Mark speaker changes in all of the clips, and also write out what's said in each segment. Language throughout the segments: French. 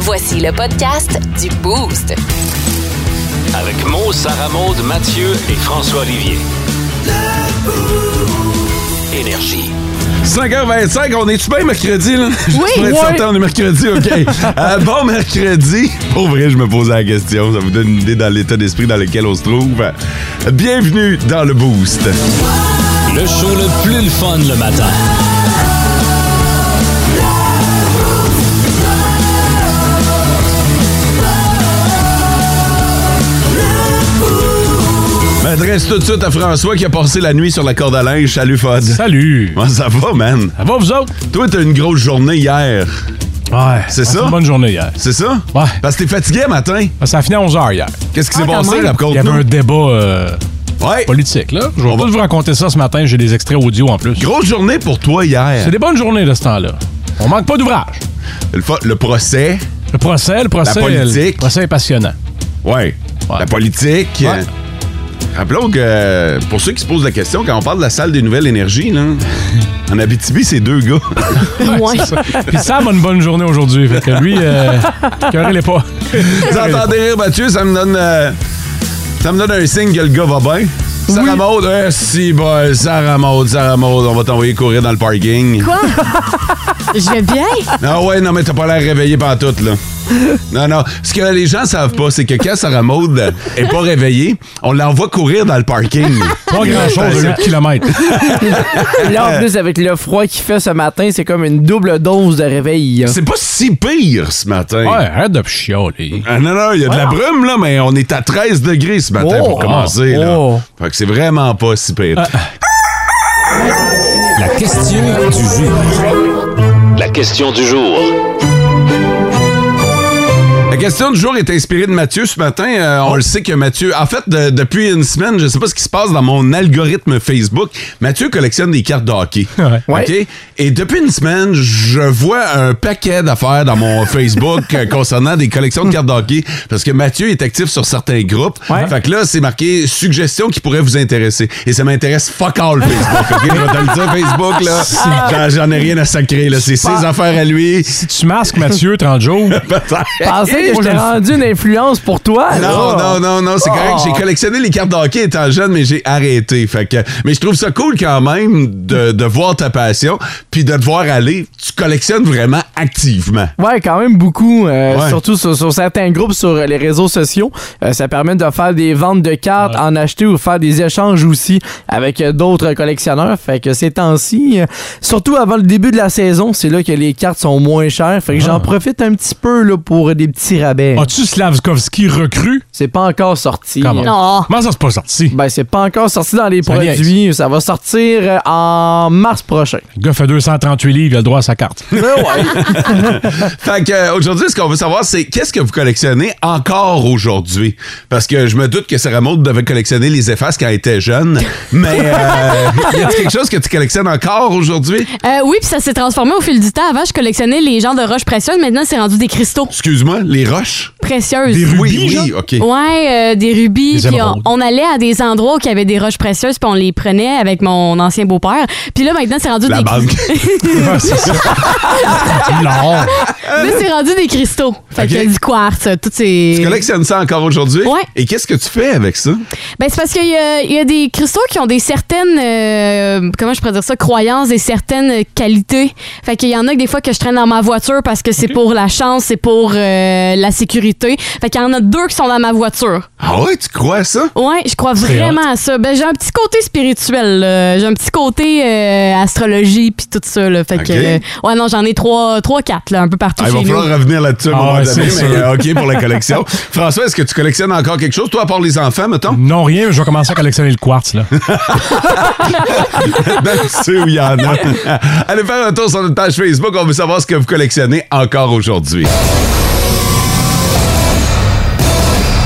Speaker 1: Voici le podcast du Boost.
Speaker 2: Avec Mo, Sarah Maud, Mathieu et François Olivier. Énergie.
Speaker 3: 5h25, on est-tu bien mercredi, là? Oui, Pour être
Speaker 4: ouais.
Speaker 3: certain, on est mercredi, OK. Euh, bon mercredi. Pour vrai, je me posais la question. Ça vous donne une idée dans l'état d'esprit dans lequel on se trouve. Bienvenue dans le Boost.
Speaker 2: Le show le plus le fun le matin.
Speaker 3: Je M'adresse tout de suite à François qui a passé la nuit sur la corde à linge. Salut, Fod.
Speaker 4: Salut.
Speaker 3: Comment ça va, man?
Speaker 4: Ça va, vous autres?
Speaker 3: Toi, t'as eu une grosse journée hier.
Speaker 4: Ouais.
Speaker 3: C'est
Speaker 4: passé
Speaker 3: ça?
Speaker 4: Une bonne journée hier.
Speaker 3: C'est ça?
Speaker 4: Ouais.
Speaker 3: Parce que t'es fatigué le matin.
Speaker 4: Parce que Ah, Ça a fini à 11h hier.
Speaker 3: Qu'est-ce qui s'est
Speaker 5: Ah, quand
Speaker 3: passé,
Speaker 5: même.
Speaker 3: là,
Speaker 4: Il y avait un débat euh,
Speaker 3: Ouais.
Speaker 4: politique, là. Je vais
Speaker 3: On
Speaker 4: pas
Speaker 3: va-
Speaker 4: vous raconter ça ce matin, j'ai des extraits audio en plus.
Speaker 3: Grosse journée pour toi hier.
Speaker 4: C'est des bonnes journées de ce temps-là. On manque pas d'ouvrage.
Speaker 3: Le, fo- le procès.
Speaker 4: Le procès, le procès.
Speaker 3: politique.
Speaker 4: Le procès est passionnant.
Speaker 3: Ouais.
Speaker 4: Ouais.
Speaker 3: La politique.
Speaker 4: Ouais.
Speaker 3: euh, Rappelons que, euh, pour ceux qui se posent la question, quand on parle de la salle des nouvelles énergies, là, en Abitibi, c'est deux gars.
Speaker 5: Ouais.
Speaker 4: Puis Sam a une bonne journée aujourd'hui. Fait que lui, euh, les pas.
Speaker 3: Vous entendez rire Mathieu, ça me donne... euh, ça me donne un signe que le gars va bien. Sarah Maud, eh, si, boy, Sarah Maud, Sarah Maud, on va t'envoyer courir dans le parking.
Speaker 5: Quoi? Je vais bien?
Speaker 3: Ah ouais, non, mais t'as pas l'air réveillé pantoute, là. Non, non. Ce que les gens savent pas, c'est que quand Sarah Maud est pas réveillée, on l'envoie courir dans le parking.
Speaker 4: Pas grand-chose de 8 km.
Speaker 6: Là, en plus, avec le froid qu'il fait ce matin, c'est comme une double dose de réveil.
Speaker 3: C'est pas si pire ce matin.
Speaker 4: Ouais, arrête de chialer.
Speaker 3: Ah non, non, il y a de la brume, là, mais on est à 13 degrés ce matin
Speaker 4: Oh!
Speaker 3: pour commencer. Là.
Speaker 4: Oh! Ah,
Speaker 3: Fait que c'est vraiment pas si pire.
Speaker 2: La question du jour. La question du jour.
Speaker 3: La question du jour est inspirée de Mathieu ce matin. Euh, on le sait que Mathieu... En fait, de- depuis une semaine, je sais pas ce qui se passe dans mon algorithme Facebook, Mathieu collectionne des cartes de hockey.
Speaker 4: Ouais.
Speaker 3: OK? Et depuis une semaine, je vois un paquet d'affaires dans mon Facebook euh, concernant des collections de cartes de hockey parce que Mathieu est actif sur certains groupes. Fait que là, c'est marqué suggestions qui pourraient vous intéresser. Et ça m'intéresse fuck all Facebook. OK? Je vais te le dire, Facebook, là. J'en- J'en ai rien à sacrer, là. C'est ses affaires à lui.
Speaker 4: Si tu masques Mathieu 30 jours,
Speaker 3: Eh,
Speaker 6: Pensez que je
Speaker 4: Moi, je
Speaker 6: t'ai
Speaker 4: le-
Speaker 6: rendu une influence pour toi. là.
Speaker 3: Non, non, non, non, c'est
Speaker 6: Oh.
Speaker 3: correct. J'ai collectionné les cartes de hockey étant jeune, mais j'ai arrêté. Fait que, mais je trouve ça cool quand même de, de voir ta passion, puis de te voir aller. Tu collectionnes vraiment activement.
Speaker 6: Ouais, quand même beaucoup, euh,
Speaker 3: Ouais.
Speaker 6: surtout sur, sur certains groupes sur les réseaux sociaux. Euh, ça permet de faire des ventes de cartes, en acheter ou faire des échanges aussi avec euh, d'autres collectionneurs. Fait que ces temps-ci, euh, surtout avant le début de la saison, c'est là que les cartes sont moins chères. Fait que
Speaker 3: Ah.
Speaker 6: j'en profite un petit peu là, pour des petits rabais.
Speaker 4: as-tu Slavkovski recru?
Speaker 6: C'est pas encore sorti.
Speaker 4: Comment?
Speaker 5: Non.
Speaker 4: Comment ça, c'est pas sorti?
Speaker 6: Ben, c'est pas encore sorti dans les
Speaker 4: Ça
Speaker 6: produits.
Speaker 4: niaise.
Speaker 6: Ça va sortir euh, en mars prochain.
Speaker 4: Le gars fait 238 livres, il a le droit à sa carte.
Speaker 3: Fait que euh, aujourd'hui, ce qu'on veut savoir, c'est qu'est-ce que vous collectionnez encore aujourd'hui? Parce que je me doute que Sarah Maud devait collectionner les effaces quand elle était jeune. Mais euh, y a quelque chose que tu collectionnes encore aujourd'hui?
Speaker 5: Euh, oui, puis ça s'est transformé au fil du temps. Avant, je collectionnais les genres de roches précieuses. Maintenant, c'est rendu des cristaux
Speaker 3: Excuse-moi, les roches?
Speaker 5: précieuses.
Speaker 3: Des
Speaker 4: rubis,
Speaker 3: Oui, oui,
Speaker 4: genre?
Speaker 3: OK.
Speaker 5: Ouais, euh, des rubis. Puis
Speaker 4: Des
Speaker 5: on,
Speaker 4: émeraudes.
Speaker 5: on allait à des endroits où il y avait des roches précieuses, puis on les prenait avec mon ancien beau-père. Puis là, maintenant, c'est rendu
Speaker 3: La
Speaker 5: des
Speaker 3: banque.
Speaker 4: Ah, c'est ça. Non.
Speaker 5: Là, c'est rendu des cristaux. Fait
Speaker 3: Ok.
Speaker 5: qu'il y a du quartz, Ah, toutes
Speaker 3: Tu
Speaker 5: ces.
Speaker 3: collectionnes ça encore aujourd'hui?
Speaker 5: Ouais.
Speaker 3: Et qu'est-ce que tu fais avec ça?
Speaker 5: Ben, c'est parce qu'il y, a- il y a des cristaux qui ont des certaines, euh, comment je pourrais dire ça, croyances, des certaines qualités. Fait qu'il y en a que des fois que je traîne dans ma voiture parce que c'est pour la chance, c'est pour euh, la sécurité. Fait qu'il y en a deux qui sont dans ma voiture.
Speaker 3: Ah ouais, tu crois à ça?
Speaker 5: Ouais, je crois
Speaker 4: C'est
Speaker 5: vraiment à ça. Ben, j'ai un petit côté spirituel, là. j'ai un petit côté euh, astrologie puis tout ça. Là. Fait que,
Speaker 3: Ok.
Speaker 5: euh, ouais, non, j'en ai trois, trois, quatre, là, un peu partout
Speaker 3: Ah, il va
Speaker 5: chez nous.
Speaker 3: falloir revenir là-dessus à un
Speaker 4: Ah,
Speaker 3: moment
Speaker 4: ouais,
Speaker 3: donné,
Speaker 4: c'est
Speaker 3: mais
Speaker 4: sûr.
Speaker 3: euh, OK pour la collection. François, est-ce que tu collectionnes encore quelque chose, toi, à part les enfants, mettons?
Speaker 4: Non, rien, mais je vais commencer à collectionner le quartz, là.
Speaker 3: Dans ceux Ben, où il y en a. Allez faire un tour sur notre page Facebook, on veut savoir ce que vous collectionnez encore aujourd'hui.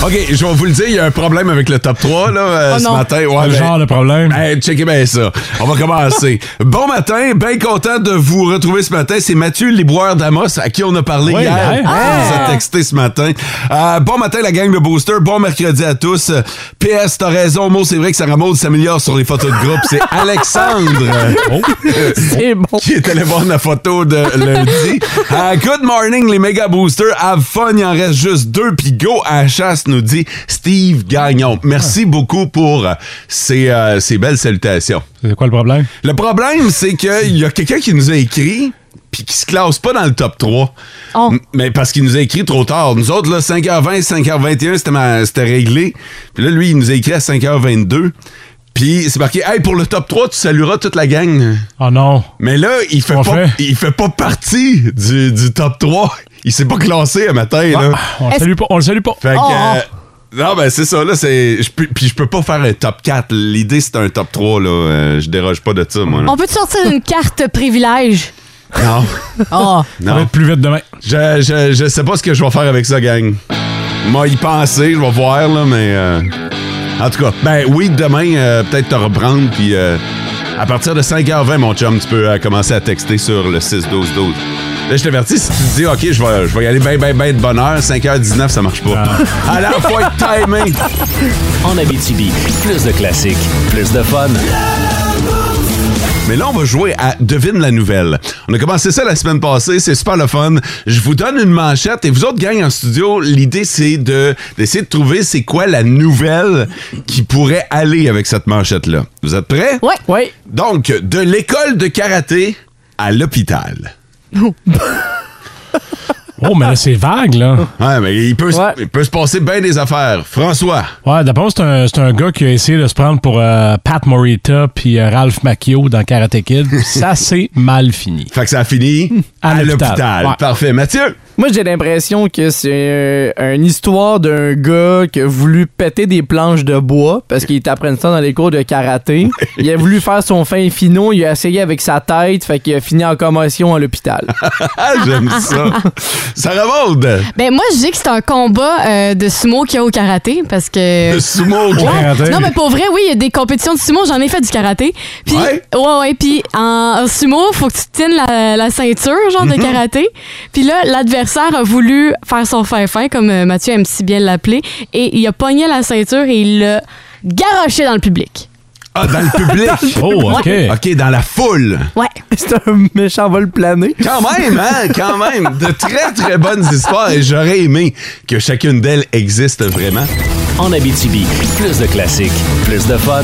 Speaker 3: OK, je vais vous le dire, il y a un problème avec le top 3 là, euh,
Speaker 5: Oh
Speaker 3: ce
Speaker 5: non.
Speaker 3: matin. Ouais,
Speaker 4: Quel
Speaker 3: ben,
Speaker 4: genre de problème?
Speaker 3: Ben, checkez bien ça. On va commencer. bon matin, bien content de vous retrouver ce matin. C'est Mathieu Liboire d'Amos, à qui on a parlé
Speaker 4: Oui,
Speaker 3: hier. Ah!
Speaker 4: hein?
Speaker 3: Il nous a texté ce matin. Euh, bon matin, la gang de Booster. Bon mercredi à tous. Euh, PS, t'as raison. Mo, c'est vrai que Sarah Maud s'améliore sur les photos de groupe. C'est Alexandre.
Speaker 6: C'est bon.
Speaker 3: qui est allé voir la photo de lundi. Euh, good morning, les méga boosters. Have fun, il en reste juste deux, puis go à la chasse, nous dit Steve Gagnon. Merci beaucoup pour euh, ces, euh, ces belles salutations.
Speaker 4: C'est quoi le problème?
Speaker 3: Le problème, c'est qu'il y a quelqu'un qui nous a écrit puis qui se classe pas dans le top 3.
Speaker 5: Oh.
Speaker 3: M- Mais parce qu'il nous a écrit trop tard. Nous autres, là, 5h20, 5h21, c'était ma- c'était réglé. Puis là, lui, il nous a écrit à 5h22. Puis c'est marqué « Hey, pour le top 3, tu salueras toute la gang. »
Speaker 4: Oh non.
Speaker 3: Mais là, il fait,
Speaker 4: Qu'on
Speaker 3: pas,
Speaker 4: fait?
Speaker 3: il fait pas partie du, du top 3. Il s'est pas classé à matin, là.
Speaker 4: On le
Speaker 5: Est-ce-
Speaker 4: salue pas. On le salue pas.
Speaker 3: Fait que,
Speaker 5: Oh,
Speaker 3: euh, non, ben c'est ça, là. c'est je peux- Puis je peux pas faire un top 4. L'idée, c'est un top 3, là. Euh, je déroge pas de ça, moi. là.
Speaker 5: On peut te sortir une carte privilège?
Speaker 3: Non,
Speaker 5: Ah!
Speaker 4: Ça va
Speaker 3: non.
Speaker 4: être plus vite demain.
Speaker 3: Je, je, je sais pas ce que je vais faire avec ça, gang. Moi, y penser, je vais voir, là, mais... euh, En tout cas, ben oui, demain, euh, peut-être te reprendre, puis... euh, à partir de 5h20, mon chum, tu peux euh, commencer à texter sur le 6-12-12. Là, je t'avertis, si tu te dis, OK, je vais, je vais y aller ben, ben, ben de bonne heure, 5h19, ça marche pas.
Speaker 4: Ah.
Speaker 3: Alors, faut être timé.
Speaker 2: En Abitibi, plus de classiques, plus de fun.
Speaker 3: Mais là, on va jouer à Devine la nouvelle. On a commencé ça la semaine passée, c'est super le fun. Je vous donne une manchette et vous autres gang en studio, l'idée c'est de d'essayer de trouver c'est quoi la nouvelle qui pourrait aller avec cette manchette là. Vous êtes prêts
Speaker 5: Ouais!
Speaker 6: Oui.
Speaker 3: Donc de l'école de karaté à l'hôpital. euh,
Speaker 4: Oh, mais là, c'est vague, là.
Speaker 3: Ouais, mais il peut, se-
Speaker 6: Ouais.
Speaker 3: il peut se passer bien des affaires. François,
Speaker 4: Ouais, d'après moi, c'est un, c'est un gars qui a essayé de se prendre pour euh, Pat Morita puis euh, Ralph Macchio dans Karate Kid. ça, c'est mal fini.
Speaker 3: fait que ça a fini
Speaker 4: À
Speaker 3: à,
Speaker 4: l'hôpital.
Speaker 3: l'hôpital.
Speaker 4: Ouais.
Speaker 3: Parfait. Mathieu,
Speaker 6: Moi, j'ai l'impression que c'est euh, une histoire d'un gars qui a voulu péter des planches de bois parce qu'il t'apprenne ça dans les cours de karaté. Il a voulu faire son fin finot, il a essayé avec sa tête, fait qu'il a fini en commotion à l'hôpital.
Speaker 3: ah, j'aime ça. Ça remonte.
Speaker 5: Ben moi, je dis que c'est un combat euh, de sumo qu'il y a au karaté parce que...
Speaker 3: Le sumo.
Speaker 4: Ouais. Karaté.
Speaker 5: Non, mais pour vrai, oui, il y a des compétitions de sumo. J'en ai fait du karaté. Puis,
Speaker 3: Ouais?
Speaker 5: ouais, ouais. Puis, en, en sumo, faut que tu tiennes la, la ceinture, genre,
Speaker 3: Mhm.
Speaker 5: de karaté. Puis là, l'adversaire a voulu faire son fin-fin, comme euh, Mathieu aime si bien l'appeler. Et il a pogné la ceinture et il l'a garoché dans le public.
Speaker 3: Ah, dans le public.
Speaker 4: Oh, OK.
Speaker 3: OK, dans la foule.
Speaker 5: Ouais.
Speaker 6: c'est un méchant vol plané.
Speaker 3: Quand même, hein? Quand même. De très, très bonnes histoires et j'aurais aimé que chacune d'elles existe
Speaker 2: Euh,
Speaker 3: vraiment.
Speaker 2: En Abitibi, plus de classiques, plus de fun.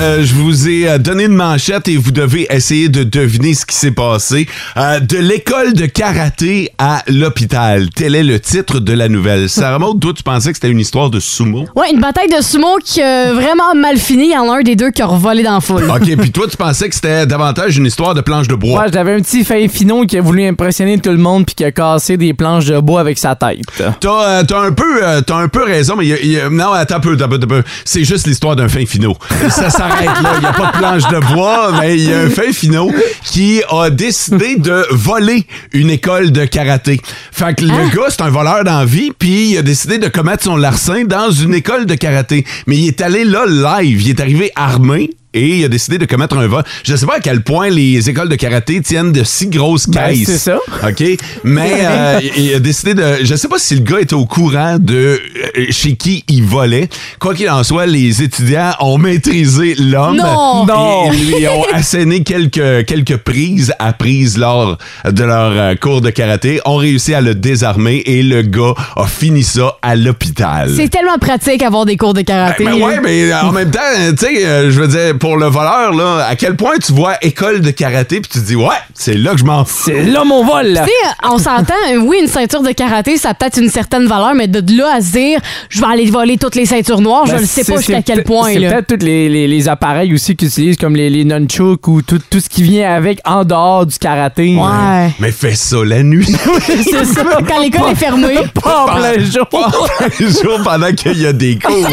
Speaker 3: Euh, je vous ai euh, donné une manchette et vous devez essayer de deviner ce qui s'est passé. Euh, de l'école de karaté à l'hôpital. Tel est le titre de la nouvelle. Sarah Maud, toi, tu pensais que c'était une histoire de sumo?
Speaker 5: Ouais, une bataille de sumo qui a vraiment mal fini. Il y en a un des deux qui a revolé dans la foule.
Speaker 3: OK, puis toi, tu pensais que c'était davantage une histoire de planche de bois.
Speaker 6: Ouais, j'avais un petit fin finot qui a voulu impressionner tout le monde puis qui a cassé des planches de bois avec sa tête.
Speaker 3: T'as euh, t'as un peu euh, t'as un peu raison mais il y a- il y a- non attends un peu attends un peu, attends un peu. c'est juste l'histoire d'un fin finot ça s'arrête là il y a pas de planche de bois mais il y a un fin finot qui a décidé de voler une école de karaté fait que
Speaker 6: Ah.
Speaker 3: le gars c'est un voleur d'envie puis il a décidé de commettre son larcin dans une école de karaté mais il est allé là live il est arrivé armé et il a décidé de commettre un vol. Je sais pas à quel point les écoles de karaté tiennent de si grosses
Speaker 6: Ben,
Speaker 3: caisses.
Speaker 6: c'est ça.
Speaker 3: OK? Mais euh, il a décidé de. Je sais pas si le gars était au courant de euh, chez qui il volait. Quoi qu'il en soit, les étudiants ont maîtrisé l'homme.
Speaker 5: Non!
Speaker 3: Et
Speaker 6: Non!
Speaker 3: Ils lui ont asséné quelques, quelques prises à prise lors de leur euh, cours de karaté. Ont réussi à le désarmer et le gars a fini ça à l'hôpital.
Speaker 5: C'est tellement pratique avoir des cours de karaté.
Speaker 3: Ben, ben ouais,
Speaker 5: là.
Speaker 3: mais en même temps, tu sais, euh, je veux dire, pour le voleur, là, à quel point tu vois école de karaté puis tu te dis, ouais, c'est là que je m'en fous.
Speaker 6: C'est là mon vol! là.
Speaker 5: Tu sais, on s'entend, euh, oui, une ceinture de karaté, ça a peut-être une certaine valeur, mais de là à se dire, je vais aller voler toutes les ceintures noires, je
Speaker 6: Ben,
Speaker 5: ne sais
Speaker 6: c'est-
Speaker 5: pas jusqu'à
Speaker 6: c'est
Speaker 5: quel
Speaker 6: peut-
Speaker 5: point.
Speaker 6: C'est
Speaker 5: Là.
Speaker 6: peut-être tous les, les- les appareils aussi qu'ils utilisent, comme les, les nunchucks ou tout, tout ce qui vient avec en dehors du karaté.
Speaker 5: Ouais.
Speaker 3: Mais fais ça la nuit.
Speaker 5: C'est ça. Quand l'école est fermée.
Speaker 6: Pas en plein
Speaker 3: Pas
Speaker 6: jour!
Speaker 3: un jour pendant qu'il y a des cours.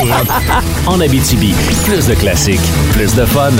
Speaker 2: En Abitibi, plus de classiques, plus de fun.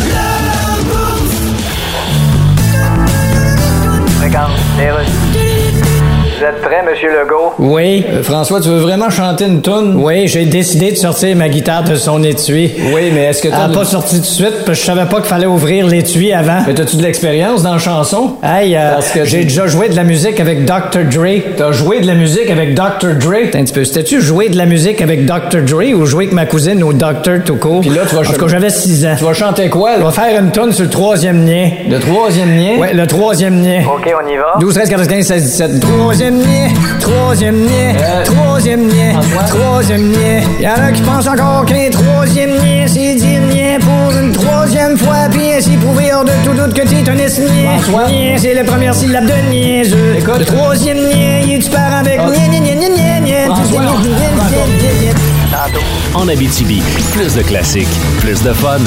Speaker 7: Vous êtes prêt, Monsieur Legault?
Speaker 8: Oui.
Speaker 7: Euh, François, tu veux vraiment chanter une toune?
Speaker 8: Oui, j'ai décidé de sortir ma guitare de son étui.
Speaker 7: Oui, mais est-ce que
Speaker 8: Elle
Speaker 7: t'as...
Speaker 8: n'a pas sorti tout de suite, parce que je savais pas qu'il fallait ouvrir l'étui avant.
Speaker 7: Mais t'as-tu de l'expérience dans la chanson?
Speaker 8: Hey, euh,
Speaker 7: Parce que
Speaker 8: j'ai
Speaker 7: tu-
Speaker 8: déjà joué de la musique avec Dr. Dre. T'as joué de la musique avec Dr. Dre? Attends Un petit peu, c'était-tu jouer de la musique avec Dr. Dre ou jouer avec ma cousine au Dr. tout court?
Speaker 7: Puis là, tu vas
Speaker 8: En tout cas,
Speaker 7: chanter-
Speaker 8: j'avais 6 ans.
Speaker 7: Tu vas chanter quoi,
Speaker 8: Je
Speaker 7: là?
Speaker 8: vais faire une tonne sur le troisième nid.
Speaker 7: Le troisième lien?
Speaker 8: Ouais, le troisième nid.
Speaker 7: OK, on y va.
Speaker 8: 12, 13, 14, 15, 16, 17. Troisième nid, troisième nid,
Speaker 7: Euh,
Speaker 8: troisième nid, troisième nid. Y en a qui pensent encore qu'un troisième nid, c'est dire nid pour une troisième fois, puis ainsi prouver hors de tout doute que t'es un esnier. Nid, c'est la première syllabe de niaiseux. Le troisième nid, y est tu pars avec nid, nid, nid, nid, nid, nid. Nid, nid, nid, nid, nid, nid.
Speaker 2: En Abitibi, plus de classiques, plus de fun.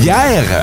Speaker 3: Hier,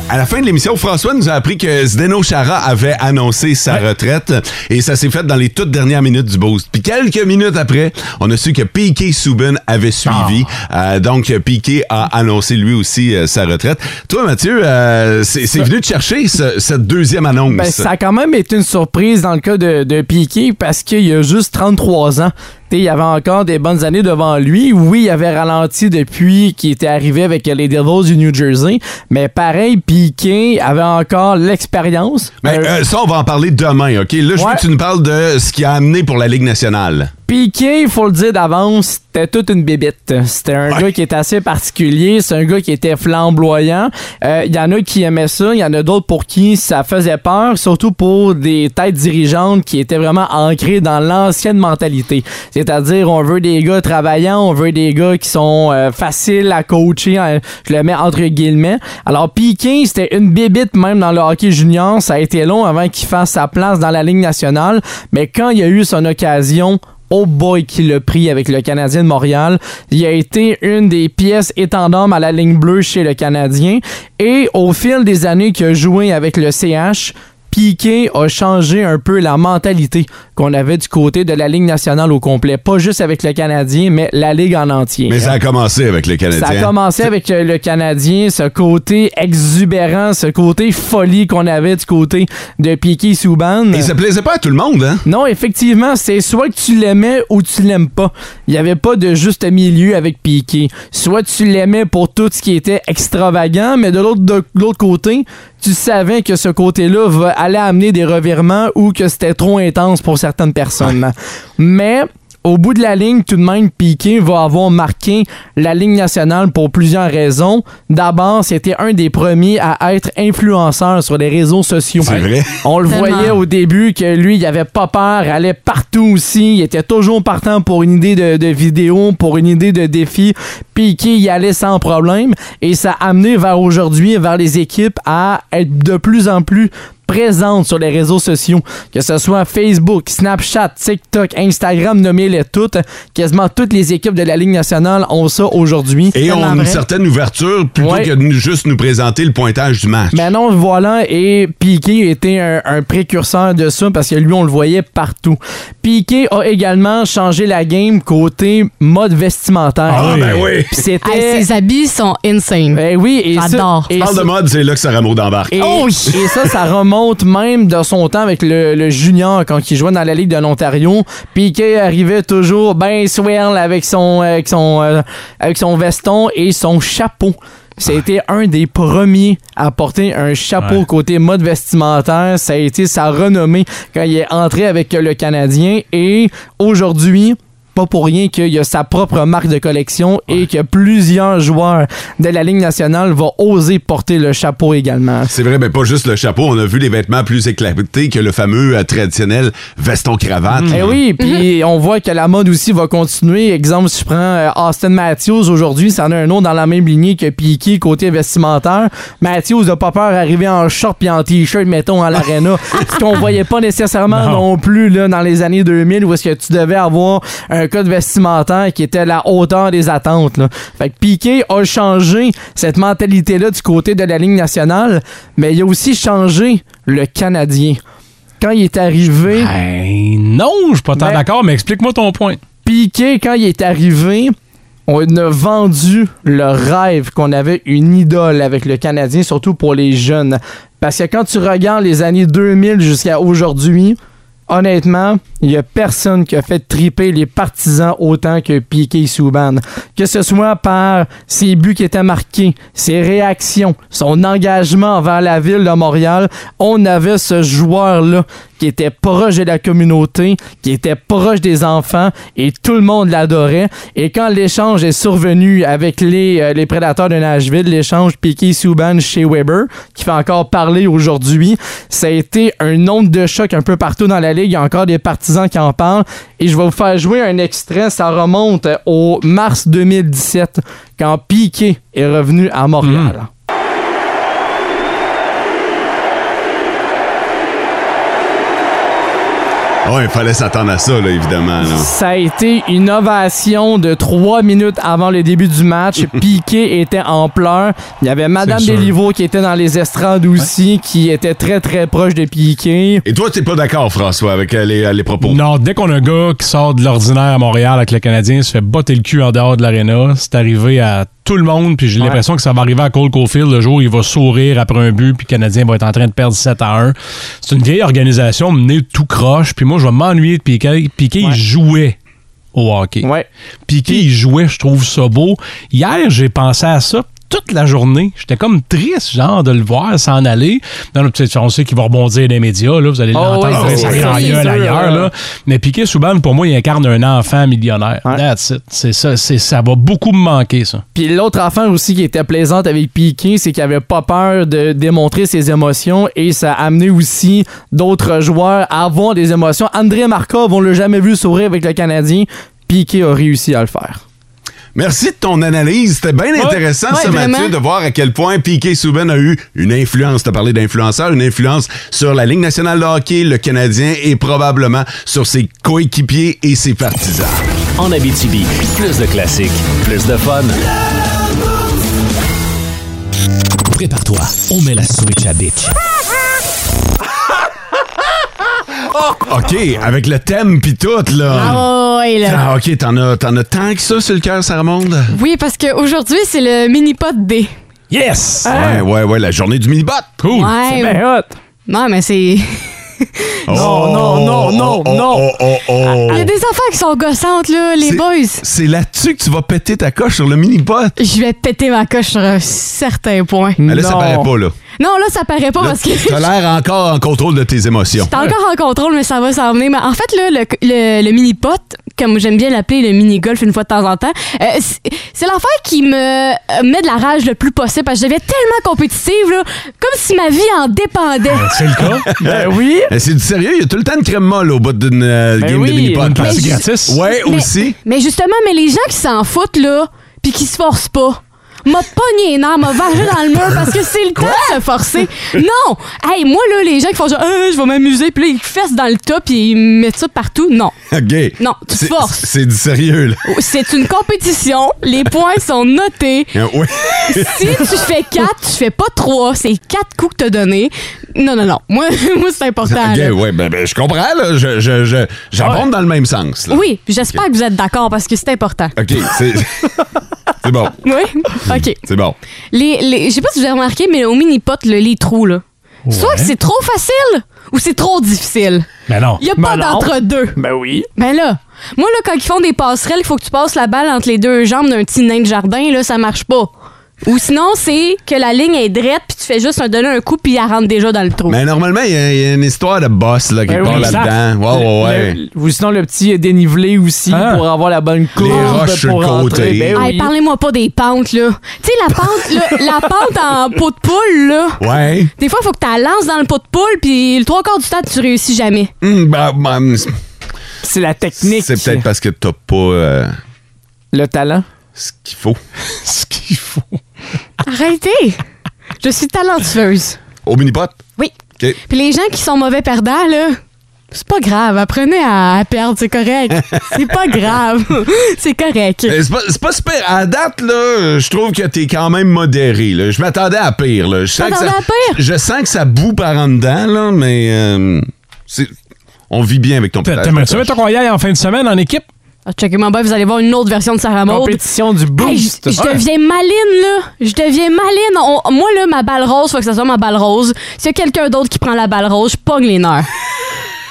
Speaker 3: à la fin de l'émission, François nous a appris que Zdeno Chara avait annoncé sa retraite et ça s'est fait dans les toutes dernières minutes du boost. Puis quelques minutes après, on a su que P.K. Subban avait suivi.
Speaker 6: Ah.
Speaker 3: Euh, donc, P.K. a annoncé lui aussi euh, sa retraite. Toi, Mathieu, euh, c'est c'est venu te chercher ce- cette deuxième annonce.
Speaker 6: Ben, ça a quand même été une surprise dans le cas de, de Piqué parce qu'il a juste 33 ans. T'sais, il avait encore des bonnes années devant lui. Oui, il avait ralenti depuis qu'il était arrivé avec les Devils du New Jersey. Mais pareil, Piqué avait encore l'expérience.
Speaker 3: Mais,
Speaker 6: Euh,
Speaker 3: euh, ça, on va en parler demain, OK? Là, je veux
Speaker 6: Ouais.
Speaker 3: que tu nous parles de ce qui a amené pour la Ligue nationale.
Speaker 6: Piqué, il faut le dire d'avance, c'était toute une bébite. C'était un
Speaker 3: Ouais.
Speaker 6: gars qui était assez particulier, c'est un gars qui était flamboyant. Euh, Il y en a qui aimaient ça, il y en a d'autres pour qui ça faisait peur, surtout pour des têtes dirigeantes qui étaient vraiment ancrées dans l'ancienne mentalité. C'est-à-dire, on veut des gars travaillants, on veut des gars qui sont euh, faciles à coacher, hein, je le mets entre guillemets. Alors, Piqué, c'était une bébite même dans le hockey junior, ça a été long avant qu'il fasse sa place dans la Ligue nationale, mais quand il y a eu son occasion, Oh boy qui l'a pris avec le Canadien de Montréal. Il a été une des pièces étendarmes à la ligne bleue chez le Canadien. Et au fil des années qu'il a joué avec le CH, Piqué a changé un peu la mentalité qu'on avait du côté de la Ligue nationale au complet. Pas juste avec le Canadien, mais la Ligue en entier.
Speaker 3: Mais ça a commencé avec les Canadiens.
Speaker 6: euh, Ça a commencé avec euh, le Canadien, ce côté exubérant, ce côté folie qu'on avait du côté de Piqué Souban.
Speaker 3: Et ça plaisait pas à tout le monde, hein?
Speaker 6: Non, effectivement, c'est soit que tu l'aimais ou tu l'aimes pas. Il n'y avait pas de juste milieu avec Piqué. Soit tu l'aimais pour tout ce qui était extravagant, mais de l'autre de l'autre côté, tu savais que ce côté-là va- allait amener des revirements ou que c'était trop intense pour certaines personnes. Mais au bout de la ligne, tout de même, Piqué va avoir marqué la ligne nationale pour plusieurs raisons. D'abord, c'était un des premiers à être influenceur sur les réseaux sociaux.
Speaker 3: C'est vrai.
Speaker 6: On le
Speaker 5: Tellement.
Speaker 6: voyait au début que lui, il avait pas peur, allait partout aussi. Il était toujours partant pour une idée de, de vidéo, pour une idée de défi. Piqué y allait sans problème. Et ça a amené vers aujourd'hui, vers les équipes, à être de plus en plus présentes sur les réseaux sociaux, que ce soit Facebook, Snapchat, TikTok, Instagram, nommez-les toutes. Quasiment toutes les équipes de la Ligue nationale ont ça aujourd'hui.
Speaker 3: Et on
Speaker 6: Tellement
Speaker 3: a une
Speaker 6: vrai.
Speaker 3: certaine ouverture plutôt
Speaker 6: Ouais.
Speaker 3: que de nous- juste nous présenter le pointage du match.
Speaker 6: Manon Voilà et Piqué était un, un précurseur de ça parce que lui, on le voyait partout. Piqué a également changé la game côté mode vestimentaire.
Speaker 3: ah,
Speaker 4: oui.
Speaker 3: ben oui!
Speaker 6: Puis c'était.
Speaker 5: Hey, ses habits sont insane.
Speaker 6: Ben oui, et ça-
Speaker 5: J'adore.
Speaker 6: et
Speaker 3: Parle
Speaker 6: ça-
Speaker 3: de mode, c'est là que ça remonte en barque.
Speaker 6: et, et ça, ça remonte même de son temps avec le, le junior quand il jouait dans la Ligue de l'Ontario. Piqué arrivait toujours ben swirl avec son, avec son, euh, avec son veston et son chapeau. C'était un des premiers à porter un chapeau
Speaker 4: Ouais.
Speaker 6: côté mode vestimentaire. Ça a été sa renommée quand il est entré avec euh, le Canadien. Et aujourd'hui, pas pour rien qu'il a sa propre marque de collection et que plusieurs joueurs de la Ligue nationale vont oser porter le chapeau également.
Speaker 3: C'est vrai, mais pas juste le chapeau. On a vu les vêtements plus éclatés que le fameux euh, traditionnel veston-cravate.
Speaker 6: Eh oui, puis on voit que la mode aussi va continuer. Exemple, si je prends euh, Austin Matthews aujourd'hui, ça en a un autre dans la même lignée que Piqué côté vestimentaire. Matthews n'a pas peur d'arriver en short puis en t-shirt, mettons, à l'arena. ce qu'on voyait pas nécessairement non,
Speaker 4: Non.
Speaker 6: plus là, dans les années 2000 où est-ce que tu devais avoir un code vestimentaire qui était à la hauteur des attentes. Là. Fait que Piqué a changé cette mentalité-là du côté de la Ligue nationale, mais il a aussi changé le Canadien. Quand il est arrivé...
Speaker 4: Ben, non, je suis pas tant
Speaker 6: Ben-
Speaker 4: d'accord, mais explique-moi ton point.
Speaker 6: Piqué, quand il est arrivé, on a vendu le rêve qu'on avait une idole avec le Canadien, surtout pour les jeunes. Parce que quand tu regardes les années 2000 jusqu'à aujourd'hui, honnêtement, il y a personne qui a fait triper les partisans autant que Piqué Souban. Que ce soit par ses buts qui étaient marqués, ses réactions, son engagement envers la ville de Montréal, on avait ce joueur-là qui était proche de la communauté, qui était proche des enfants et tout le monde l'adorait. Et quand l'échange est survenu avec les, euh, les prédateurs de Nashville, l'échange piqué souban chez Weber, qui fait encore parler aujourd'hui, ça a été un onde de choc un peu partout dans la ligue. Il y a encore des partisans qui en parlent. Et je vais vous faire jouer un extrait. Ça remonte euh, au mars 2017, quand Piqué est revenu à Montréal.
Speaker 3: Ouais, il fallait s'attendre à ça, là, évidemment. là.
Speaker 6: Ça a été une ovation de trois minutes avant le début du match. Piqué était en pleurs. Il y avait Madame
Speaker 4: C'est sûr.
Speaker 6: Béliveau qui était dans les estrades aussi, qui était très très proche de Piqué.
Speaker 3: Et toi, t'es pas d'accord, François, avec euh, les, les propos.
Speaker 4: Non, dès qu'on a un gars qui sort de l'ordinaire à Montréal avec le Canadien, il se fait botter le cul en dehors de l'aréna. C'est arrivé à tout le monde, puis j'ai l'impression que ça va arriver à Cole Caulfield le jour où il va sourire après un but, puis le Canadien va être en train de perdre 7 à 1. C'est une vieille organisation menée tout croche, puis moi, je vais m'ennuyer de Piqué. Piqué, il jouait au hockey.
Speaker 6: Ouais.
Speaker 4: Piqué, il jouait, je trouve ça beau. Hier, j'ai pensé à ça toute la journée. J'étais comme triste, genre, de le voir s'en aller. Dans le petit, on sait qu'il va rebondir dans les médias, là. Vous allez
Speaker 6: Oh, ouais, c'est
Speaker 4: l'entendre après sa
Speaker 6: sûr,
Speaker 4: grande
Speaker 6: c'est
Speaker 4: gueule
Speaker 6: sûr,
Speaker 4: ailleurs,
Speaker 6: ouais.
Speaker 4: là. Mais Piqué Souban, pour moi, il incarne un enfant millionnaire.
Speaker 6: Ouais.
Speaker 4: That's it. C'est ça. c'est- ça va beaucoup me manquer, ça.
Speaker 6: Puis l'autre affaire aussi qui était plaisante avec Piqué, c'est qu'il avait pas peur de démontrer ses émotions et ça a amené aussi d'autres joueurs à avoir des émotions. André Markov, on l'a jamais vu sourire avec le Canadien. Piqué a réussi à le faire.
Speaker 3: Merci de ton analyse. C'était bien intéressant,
Speaker 5: ouais,
Speaker 3: ça,
Speaker 5: vraiment.
Speaker 3: Mathieu, de voir à quel point Piqué Souben a eu une influence. T'as parlé d'influenceur, une influence sur la Ligue nationale de hockey, le Canadien et probablement sur ses coéquipiers et ses partisans.
Speaker 2: En Abitibi, plus de classiques, plus de fun. Prépare-toi, on met la switch à bitch.
Speaker 3: OK, avec le thème pis tout, là.
Speaker 5: Ah ouais, là.
Speaker 3: Ah, OK, t'en as, t'en as tant que ça sur le cœur, ça remonte?
Speaker 5: Oui, parce qu'aujourd'hui, c'est le mini-pot D. Ah,
Speaker 4: Yes!
Speaker 5: Hein?
Speaker 3: Ouais, ouais, ouais, la journée du mini-bot.
Speaker 4: Cool!
Speaker 5: Ouais.
Speaker 6: Ben hot!
Speaker 5: Non, mais c'est.
Speaker 3: non,
Speaker 6: non, non, non, non.
Speaker 3: Oh, oh, oh.
Speaker 5: Il y a Ah, des affaires qui sont gossantes, là, les
Speaker 3: C'est-
Speaker 5: boys.
Speaker 3: C'est là-dessus que tu vas péter ta coche sur le mini-bot.
Speaker 5: Je vais péter ma coche sur un certain point.
Speaker 3: Mais là, ça
Speaker 6: Non.
Speaker 3: paraît pas, là.
Speaker 5: Non, là, ça paraît pas
Speaker 3: Là,
Speaker 5: parce que.
Speaker 3: T'as l'air encore en contrôle de tes émotions.
Speaker 5: T'es encore en contrôle, mais ça va s'emmener. Mais en fait, là, le, le- le mini-pot, comme j'aime bien l'appeler, le mini-golf une fois de temps en temps, euh, c'est- c'est l'affaire qui me euh, met de la rage le plus possible parce que je deviens tellement compétitive, là, comme si ma vie en dépendait.
Speaker 3: Ah,
Speaker 4: C'est le cas.
Speaker 6: Ben oui!
Speaker 3: Mais c'est du sérieux, il y a tout le temps une crème molle au bout d'une euh, game
Speaker 6: oui,
Speaker 3: de mini-pot.
Speaker 4: Ben Eh une place
Speaker 5: Mais je-
Speaker 4: gratis.
Speaker 3: Ouais,
Speaker 5: Mais-
Speaker 3: aussi.
Speaker 5: Mais justement, mais les gens qui s'en foutent, là, puis qui se forcent pas, m'a pogné les nerfs, m'a vargé dans le mur parce que c'est le temps de se forcer. Non! Hey, moi, là, les gens qui font genre, Euh, je vais m'amuser, puis là, ils fessent dans le tas, puis ils mettent ça partout. Non.
Speaker 3: OK.
Speaker 5: Non, tu te
Speaker 3: C'est-
Speaker 5: forces.
Speaker 3: C'est du sérieux, là.
Speaker 5: C'est une compétition, les points sont notés.
Speaker 3: Euh, ouais.
Speaker 5: Si tu fais 4, tu fais pas 3, c'est 4 coups que t'as donné. Non, non, non. Moi, moi c'est important.
Speaker 3: OK,
Speaker 5: là.
Speaker 3: ouais, ben, ben, je comprends, là. Je, je, je- j'abonde dans le même sens, là.
Speaker 5: Oui, puis j'espère que vous êtes d'accord parce que c'est important.
Speaker 3: OK, c'est... c'est bon,
Speaker 5: Oui? OK.
Speaker 3: c'est bon.
Speaker 5: Les, les, je sais pas si vous avez remarqué, mais au mini-pot, là, les trous, là. Soit
Speaker 4: Ouais.
Speaker 5: que c'est trop facile ou c'est trop difficile.
Speaker 4: Mais non.
Speaker 5: Il n'y a pas
Speaker 6: Ben non.
Speaker 5: d'entre-deux.
Speaker 6: Ben oui!
Speaker 5: Ben là, moi, là, quand ils font des passerelles, il faut que tu passes la balle entre les deux jambes d'un petit nain de jardin, là, ça marche pas. Ou sinon, c'est que la ligne est drette, puis tu fais juste un donner un coup, puis elle rentre déjà dans le trou.
Speaker 3: Mais normalement, il y, a- il y a une histoire de boss, là, qui
Speaker 6: Ben
Speaker 3: part
Speaker 6: oui, exact.
Speaker 3: là-dedans. Ouais, ouais, ouais.
Speaker 6: Le- ou sinon, le petit dénivelé aussi
Speaker 4: Ah.
Speaker 6: pour avoir la bonne courbe.
Speaker 3: roches sur
Speaker 6: pour
Speaker 3: le côté.
Speaker 6: rentrer. Ben
Speaker 5: Hey,
Speaker 6: oui.
Speaker 5: parlez-moi pas des pentes, là. Tu sais, la pente, là, la pente en pot de poule, là.
Speaker 3: Ouais.
Speaker 5: Des fois, il faut que tu la lances dans le pot de poule, puis le trois quarts du temps, tu réussis jamais.
Speaker 3: Hum, ben, ben, c'est-
Speaker 6: C'est la technique.
Speaker 3: c'est peut-être parce que t'as pas euh,
Speaker 6: Le talent.
Speaker 3: ce qu'il faut.
Speaker 4: ce qu'il faut.
Speaker 5: Arrêtez! Je suis talentueuse.
Speaker 3: Au mini-pot?
Speaker 5: Oui.
Speaker 3: OK.
Speaker 5: Puis les gens qui sont mauvais perdants, là, c'est pas grave. Apprenez à, à perdre, c'est correct. c'est pas grave. c'est correct.
Speaker 3: Euh, C'est pas, c'est pas super. À date, là, je trouve que t'es quand même modéré. Là. Je m'attendais à pire. Là. Je, sens que ça,
Speaker 5: T'attendais à pire?
Speaker 3: je sens que ça boue par en dedans, là, mais euh, c'est- on vit bien avec ton
Speaker 4: T'a-
Speaker 3: pétage.
Speaker 4: T'aimerais-tu mettre qu'on y aille en fin de semaine en équipe?
Speaker 5: Ah, checkez mon bain, vous allez voir une autre version de Sarah Maud.
Speaker 6: Compétition du
Speaker 5: Hey,
Speaker 6: boost.
Speaker 5: je je deviens maline, là. Je deviens maline. On- moi, là, ma balle rose, faut que ça soit ma balle rose. S'il y a quelqu'un d'autre qui prend la balle rose, je pogne les nerfs.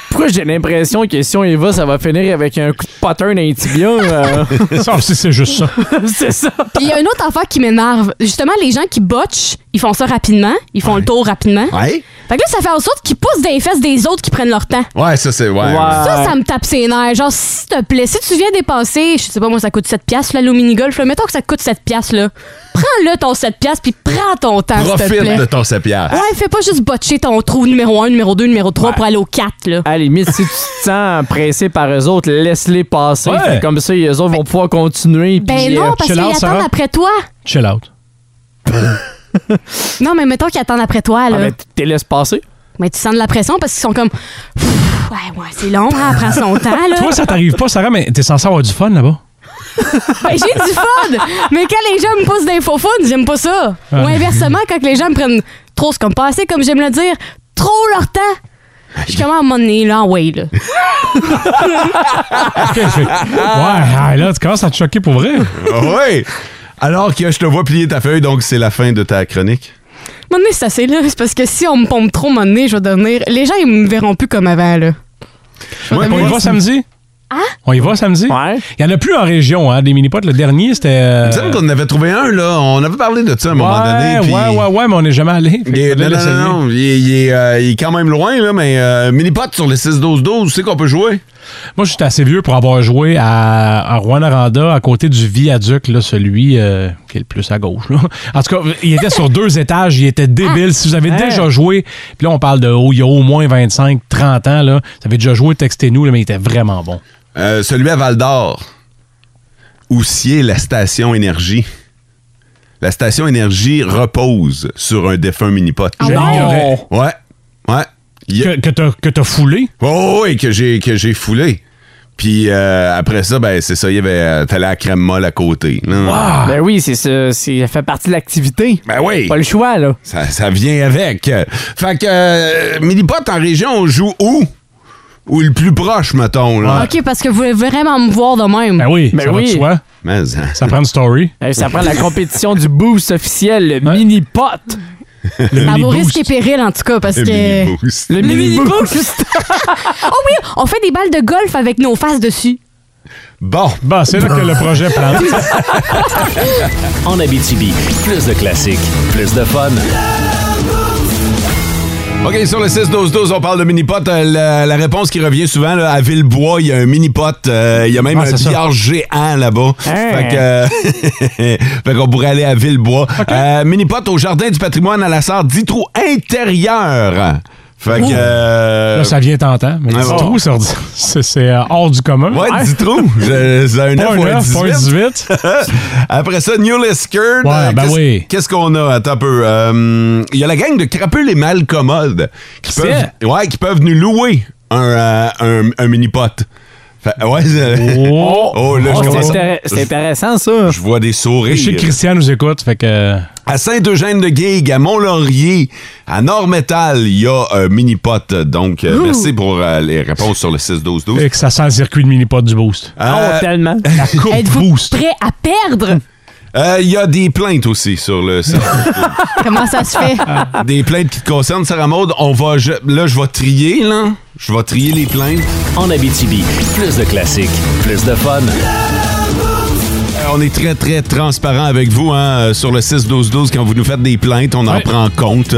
Speaker 6: pourquoi j'ai l'impression que si on y va, ça va finir avec un coup de pattern dans les tibias, euh,
Speaker 4: Ça aussi, c'est juste ça.
Speaker 6: c'est ça.
Speaker 5: Puis il y a une autre affaire qui m'énerve. Justement, les gens qui botchent, ils font ça rapidement. Ils font le tour rapidement.
Speaker 3: Ouais?
Speaker 5: Fait que là, ça fait en sorte qu'ils poussent des fesses des autres qui prennent leur temps.
Speaker 3: Ouais, ça, c'est. Ouais.
Speaker 5: Ça, ça me tape ses nerfs. Genre, s'il te plaît, si tu viens dépasser, je sais pas, moi, ça coûte 7 piastres, là, le mini-golf, là. Mettons que ça coûte 7 piastres, là. Prends-le, ton 7 piastres, puis prends ton temps, s'il te
Speaker 3: Profite
Speaker 5: plaît.
Speaker 3: de ton sapière.
Speaker 5: Ouais, fais pas juste botcher ton trou numéro 1, numéro 2, numéro 3 pour aller au 4, là.
Speaker 6: À la limite, si tu te sens pressé par eux autres, laisse-les passer.
Speaker 4: Ouais.
Speaker 6: Fait Comme ça, les autres vont pouvoir continuer.
Speaker 5: Ben
Speaker 6: puis, euh,
Speaker 5: non, parce
Speaker 4: chill
Speaker 5: qu'ils
Speaker 4: out,
Speaker 5: attendent
Speaker 4: Sarah.
Speaker 5: après toi.
Speaker 4: Chill out.
Speaker 5: Non, mais mettons qu'ils attendent après toi, là.
Speaker 6: ah, ben, t'es laisse passer.
Speaker 5: Mais tu sens de la pression parce qu'ils sont comme. Pfff, Ouais, ouais, c'est long, hein, elle prend son temps, là.
Speaker 4: Toi, ça t'arrive pas, Sarah, mais t'es censé avoir du fun là-bas.
Speaker 5: Ben, J'ai du fun! Mais quand les gens me poussent des faux fun, j'aime pas ça. Ou inversement, quand les gens me prennent trop ce comme passé, comme j'aime le dire, trop leur temps, je suis comme ah, à un moment donné, là, en way, là.
Speaker 4: Ok, je fais, ouais, ah, là, tu commences à te choquer pour vrai.
Speaker 3: ouais! Alors que je te vois plier ta feuille, donc c'est la fin de ta chronique.
Speaker 5: À un moment donné, c'est assez, là. C'est parce que si on me pompe trop, à un moment donné, je vais devenir. Les gens, ils me verront plus comme avant, là.
Speaker 4: on y va samedi? On y va samedi?
Speaker 6: Ouais.
Speaker 4: Il y en a plus en région, hein, des mini-potes. Le dernier, c'était. euh,
Speaker 3: Il me semble qu'on en avait trouvé un, là. On avait parlé de ça à un moment donné. puis-
Speaker 4: ouais, ouais, ouais, mais on n'est jamais allé. Fait
Speaker 3: Il
Speaker 4: que
Speaker 3: est, non,
Speaker 4: faudrait
Speaker 3: non,
Speaker 4: l'essayer.
Speaker 3: non, non, il est, il est, euh, il est quand même loin, là, mais euh, mini-pot sur les 6-12-12, c'est qu'on peut jouer.
Speaker 4: Moi, je suis assez vieux pour avoir joué à, à Rwanda, à côté du viaduc, là, celui euh, qui est le plus à gauche. là. En tout cas, il était sur deux étages, il était débile. Si vous avez déjà joué, puis là, on parle de haut, il y a au moins 25, 30 ans, là, vous avez déjà joué, textez-nous, là, mais il était vraiment bon.
Speaker 3: Euh, celui à Val d'Or, où sied la station énergie. La station énergie repose sur un défunt mini-pot.
Speaker 5: Ah ouais?
Speaker 3: Ouais, ouais. Il y a-
Speaker 4: Que, que t'as- que t'as foulé?
Speaker 3: Oh, oui, que j'ai que j'ai foulé. Puis euh, après ça, ben c'est ça, il y avait euh, t'allais à la crème molle à côté. là.
Speaker 6: Ben oui, c'est ça. c'est- Ça fait partie de l'activité.
Speaker 3: Ah. Ben oui.
Speaker 6: Pas le choix, là.
Speaker 3: Ça, ça vient avec. Fait que euh, Minipot en région, on joue où? Ou le plus proche, mettons, là.
Speaker 5: OK, parce que vous voulez vraiment me voir de même.
Speaker 4: Ben Ah, oui,
Speaker 6: Ben
Speaker 4: ça va
Speaker 6: oui.
Speaker 4: de soi.
Speaker 3: Mais, hein. ça-
Speaker 4: Ça prend une story.
Speaker 6: Euh, Ça prend la compétition du boost officiel, le mini-pot.
Speaker 4: Le
Speaker 5: À
Speaker 4: mini
Speaker 5: vos
Speaker 4: boost.
Speaker 5: risques et périls, en tout cas, parce
Speaker 3: le
Speaker 5: que.
Speaker 3: mini-boost.
Speaker 6: Le mini-boost.
Speaker 5: Oh oui, on fait des balles de golf avec nos faces dessus.
Speaker 3: Bon,
Speaker 4: Bon, Bah, c'est là que le projet prend.
Speaker 2: En Abitibi, plus de classiques, plus de fun.
Speaker 3: OK, sur le 6-12-12, on parle de mini-pot. Euh, La, la réponse qui revient souvent, là, à Villebois, il y a un mini-pot. euh, Il y a même
Speaker 4: Ah,
Speaker 3: un
Speaker 4: c'est ça.
Speaker 3: billard géant là-bas.
Speaker 6: Hein.
Speaker 3: Fait que... euh, fait qu'on pourrait aller à Villebois. Euh, mini-pot au Jardin du patrimoine à la Sarre, 10 trous intérieurs. Fait que... euh,
Speaker 4: Là, ça vient tentant. Mais
Speaker 3: Ouais,
Speaker 4: c'est
Speaker 3: bon.
Speaker 4: trop, ça, c'est c'est, euh, hors du commun.
Speaker 3: Ouais,
Speaker 4: Hein?
Speaker 3: 10 trous. Je- C'est un
Speaker 4: Pas
Speaker 3: 9
Speaker 4: un
Speaker 3: ou un
Speaker 4: 9, pas un
Speaker 3: 18.
Speaker 4: 18.
Speaker 3: Après ça, New Skirt.
Speaker 4: Ouais, ben
Speaker 3: qu'est-ce,
Speaker 4: oui.
Speaker 3: qu'est-ce qu'on a? Attends un peu. Euh, Il y a la gang de crapules et malcommodes qui
Speaker 6: C'est
Speaker 3: peuvent, ouais, qui peuvent nous louer un, euh, un, un mini-pot. Fait- ouais, c'est-
Speaker 4: Oh.
Speaker 3: Oh, là,
Speaker 6: Oh,
Speaker 3: je,
Speaker 6: c'est
Speaker 3: commence-
Speaker 6: intér- c'est intéressant, ça.
Speaker 3: je vois
Speaker 4: Je
Speaker 3: des
Speaker 4: sais
Speaker 3: sourires.
Speaker 4: que Christian nous écoute, fait que.
Speaker 3: À Saint-Eugène-de-Guigue, à Mont-Laurier, à Nord-Métal, il y a un mini-pot. Donc, euh, merci pour euh, les réponses sur le 6-12-12.
Speaker 4: Et que ça sent le circuit de mini-pot du boost.
Speaker 3: Euh,
Speaker 6: Oh, tellement.
Speaker 4: La coupe
Speaker 5: Êtes-vous
Speaker 4: boost.
Speaker 5: prêt à perdre?
Speaker 3: euh, Il y a des plaintes aussi sur le 6
Speaker 5: Comment ça se fait?
Speaker 3: Des plaintes qui te concernent, Sarah Maud, on va. je- là, je vais trier, là. Je vais trier les plaintes.
Speaker 2: En Abitibi, plus de classiques, plus de fun.
Speaker 3: Euh, on est très, très transparent avec vous, hein, euh, sur le 6-12-12. Quand vous nous faites des plaintes, on en prend compte.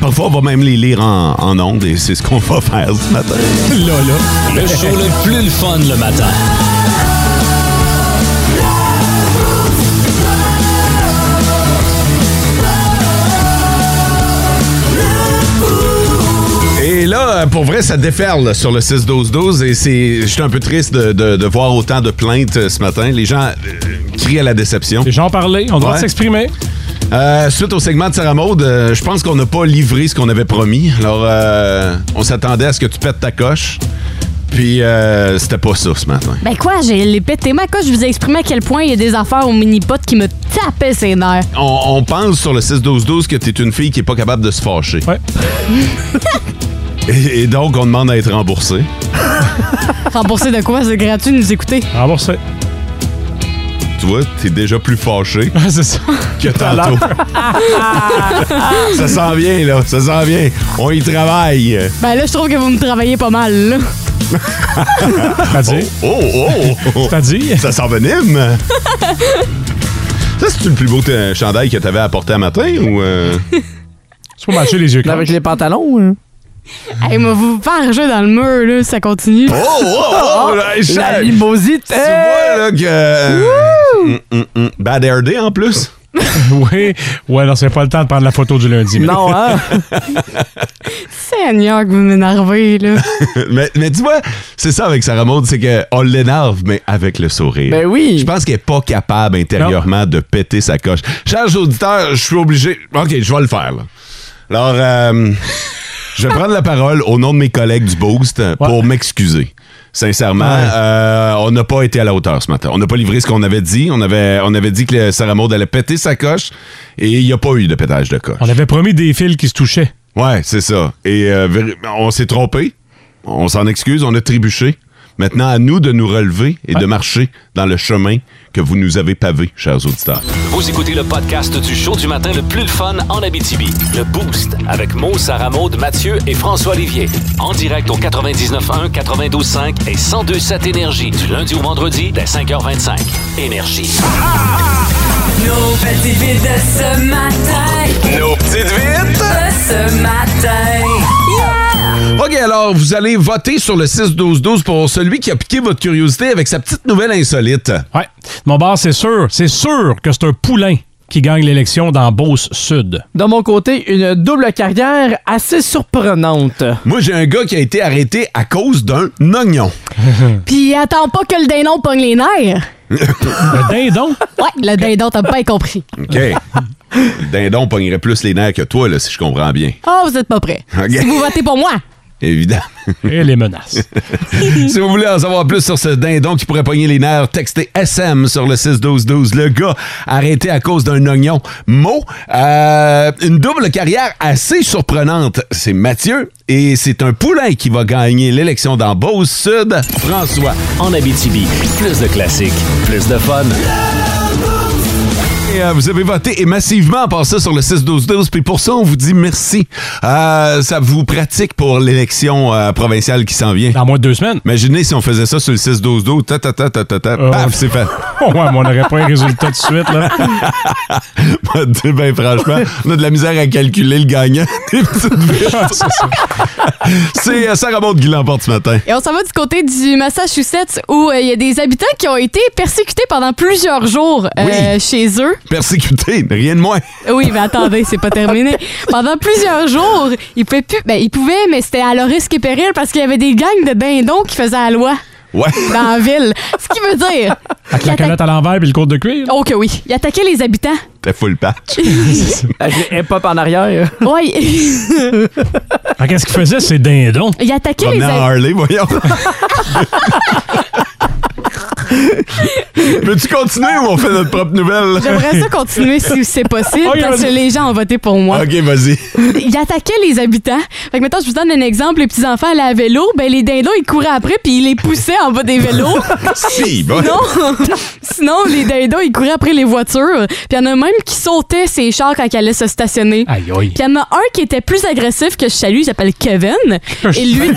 Speaker 3: Parfois, on va même les lire en, en ondes et c'est ce qu'on va faire ce matin.
Speaker 4: Là, là.
Speaker 2: Le show le plus le fun le matin.
Speaker 3: Et là, euh, pour vrai, ça déferle sur le 6-12-12 et c'est. Je suis un peu triste de, de- de voir autant de plaintes euh, ce matin. Les gens euh, crient à la déception.
Speaker 4: Les gens parlaient, on doit
Speaker 3: Ouais.
Speaker 4: s'exprimer.
Speaker 3: Euh, suite au segment de Sarah Maud, euh, je pense qu'on n'a pas livré ce qu'on avait promis. Alors, euh, on s'attendait à ce que tu pètes ta coche. Puis, euh, c'était pas ça ce matin.
Speaker 5: Ben quoi, j'ai les pété ma coche, je vous ai exprimé à quel point il y a des affaires au mini-pot qui me tapaient ses nerfs.
Speaker 3: On, on pense sur le 6-12-12 que t'es une fille qui est pas capable de se fâcher.
Speaker 4: Ouais.
Speaker 3: et, et donc, on demande à être remboursé.
Speaker 5: Rembourser de quoi? C'est gratuit de nous écouter.
Speaker 4: Remboursé.
Speaker 3: Tu tu vois, t'es déjà plus fâché
Speaker 4: Ouais, c'est ça.
Speaker 3: que tantôt. ça s'en vient, là. Ça s'en vient. On y travaille.
Speaker 5: Ben là, je trouve que vous me travaillez pas mal, là.
Speaker 4: C'est-à-dire?
Speaker 3: Oh, oh!
Speaker 4: C'est-à-dire?
Speaker 3: ça s'envenime. Ça, c'est-tu le plus beau euh, chandail que t'avais apporté à matin ou... euh?
Speaker 4: C'est pour marcher les yeux clairs.
Speaker 6: Avec les pantalons. hein.
Speaker 5: Hey, moi, vous faire jeu dans le mur, là, si ça continue.
Speaker 3: Oh, oh, oh! hein? là,
Speaker 6: La
Speaker 3: Jacques!
Speaker 6: mimosité!
Speaker 3: Tu vois, là, que... Mm, mm, mm. Bad Air Day, en plus.
Speaker 4: Oui. Ouais, non, c'est pas le temps de prendre la photo du lundi. mais-
Speaker 6: Non, hein?
Speaker 5: Seigneur, que vous m'énervez, là.
Speaker 3: mais, mais tu vois, c'est ça avec Sarah Maud, c'est qu'on l'énerve, mais avec le sourire.
Speaker 6: Ben oui.
Speaker 3: Je pense qu'elle n'est pas capable intérieurement de péter sa coche. Chers auditeurs, je suis obligé. OK, je vais le faire. là. Alors, euh, je vais prendre la parole au nom de mes collègues du Boost euh, pour m'excuser. Sincèrement, euh, on n'a pas été à la hauteur ce matin. On n'a pas livré ce qu'on avait dit. On avait, on avait dit que le Sarah Maud allait péter sa coche et il n'y a pas eu de pétage de coche.
Speaker 4: On avait promis des fils qui se touchaient.
Speaker 3: Ouais, c'est ça. Et euh, véri- on s'est trompé. On s'en excuse, on a trébuché. Maintenant, à nous de nous relever et de marcher dans le chemin que vous nous avez pavé, chers auditeurs.
Speaker 2: Vous écoutez le podcast du show du matin le plus fun en Abitibi. Le Boost avec Mo, Sarah Maud, Mathieu et François Olivier. En direct au 99.1, 92.5 et 102.7 Énergie du lundi au vendredi dès 5h25. Énergie.
Speaker 9: Nos petites vites de ce matin,
Speaker 2: Nos petites vites!
Speaker 9: de ce matin.
Speaker 3: OK, alors, vous allez voter sur le 6-12-12 pour celui qui a piqué votre curiosité avec sa petite nouvelle insolite.
Speaker 4: Ouais. Mon bar, c'est sûr, c'est sûr que c'est un poulain qui gagne l'élection dans Beauce-Sud.
Speaker 6: De mon côté, une double carrière assez surprenante.
Speaker 3: Moi, j'ai un gars qui a été arrêté à cause d'un oignon.
Speaker 5: Puis attends pas que le dindon pogne les nerfs.
Speaker 4: Le dindon?
Speaker 5: Ouais, le dindon, t'as pas compris.
Speaker 3: OK. Dindon pognerait plus les nerfs que toi, là, si je comprends bien.
Speaker 5: Oh, vous êtes pas prêts.
Speaker 3: Ok.
Speaker 5: Si vous votez pour moi.
Speaker 3: Évidemment.
Speaker 4: Et les menaces.
Speaker 3: Si vous voulez en savoir plus sur ce dindon qui pourrait pogner les nerfs, textez SM sur le 6-12-12. Le gars arrêté à cause d'un oignon. Mot, euh, une double carrière assez surprenante. C'est Mathieu et c'est un poulain qui va gagner l'élection dans Beauce-Sud. François.
Speaker 2: En Abitibi, plus de classiques, plus de fun.
Speaker 3: Et, euh, vous avez voté et massivement passé sur le 6-12-12. Puis pour ça, on vous dit merci. Euh, ça vous pratique pour l'élection euh, provinciale qui s'en vient.
Speaker 4: Dans moins de deux semaines.
Speaker 3: Imaginez si on faisait ça sur le 6-12-12. Ta, ta, ta, ta, ta, ta.
Speaker 4: Euh, on-
Speaker 3: Paf, c'est fait.
Speaker 4: Ouais, mais on n'aurait pas un résultat tout de suite, là.
Speaker 3: Moi, tu sais, ben, franchement, on a de la misère à calculer le gagnant des petites villes.
Speaker 4: Ouais, c'est ça.
Speaker 3: C'est euh, Sarah Maud qui l'emporte ce matin.
Speaker 5: Et on s'en va du côté du Massachusetts où euh, il y a des habitants qui ont été persécutés pendant plusieurs jours euh, chez eux.
Speaker 3: Persécuté, rien de moins.
Speaker 5: Oui, mais attendez, c'est pas terminé. Pendant plusieurs jours, ils pouvaient plus. Ben, ils pouvaient, mais c'était à leur risque et péril parce qu'il y avait des gangs de dindons qui faisaient la loi
Speaker 3: Ouais.
Speaker 5: dans la ville. Ce qui veut dire.
Speaker 4: Avec
Speaker 5: qu'ils
Speaker 4: la
Speaker 5: atta-
Speaker 4: canette à l'envers puis le côte de cuir.
Speaker 5: Oh, que oui. Ils attaquaient les habitants.
Speaker 3: T'es full patch.
Speaker 6: Avec le hip-hop en arrière.
Speaker 5: Oui.
Speaker 4: Ah, Qu'est-ce qu'il faisait, ces dindons?
Speaker 5: ils attaquaient les
Speaker 3: Promenant en
Speaker 5: habitants.
Speaker 3: Harley, voyons. Peux-tu continuer ou on fait notre propre nouvelle?
Speaker 5: J'aimerais ça continuer si c'est possible
Speaker 4: Oh, il y a-
Speaker 5: parce que les gens ont voté pour moi.
Speaker 3: Ok, vas-y.
Speaker 5: Ils attaquaient les habitants. Fait que maintenant, je vous donne un exemple. Les petits-enfants allaient à vélo, ben les dindons, ils couraient après puis ils les poussaient en bas des vélos.
Speaker 3: Si, bon.
Speaker 5: Non! Sinon, les dindons, ils couraient après les voitures. Puis il y en a même qui sautaient ces chars quand ils allaient se stationner.
Speaker 4: Aïe, aïe.
Speaker 5: Puis il y en a un qui était plus agressif que je salue, il s'appelle Kevin. Et lui.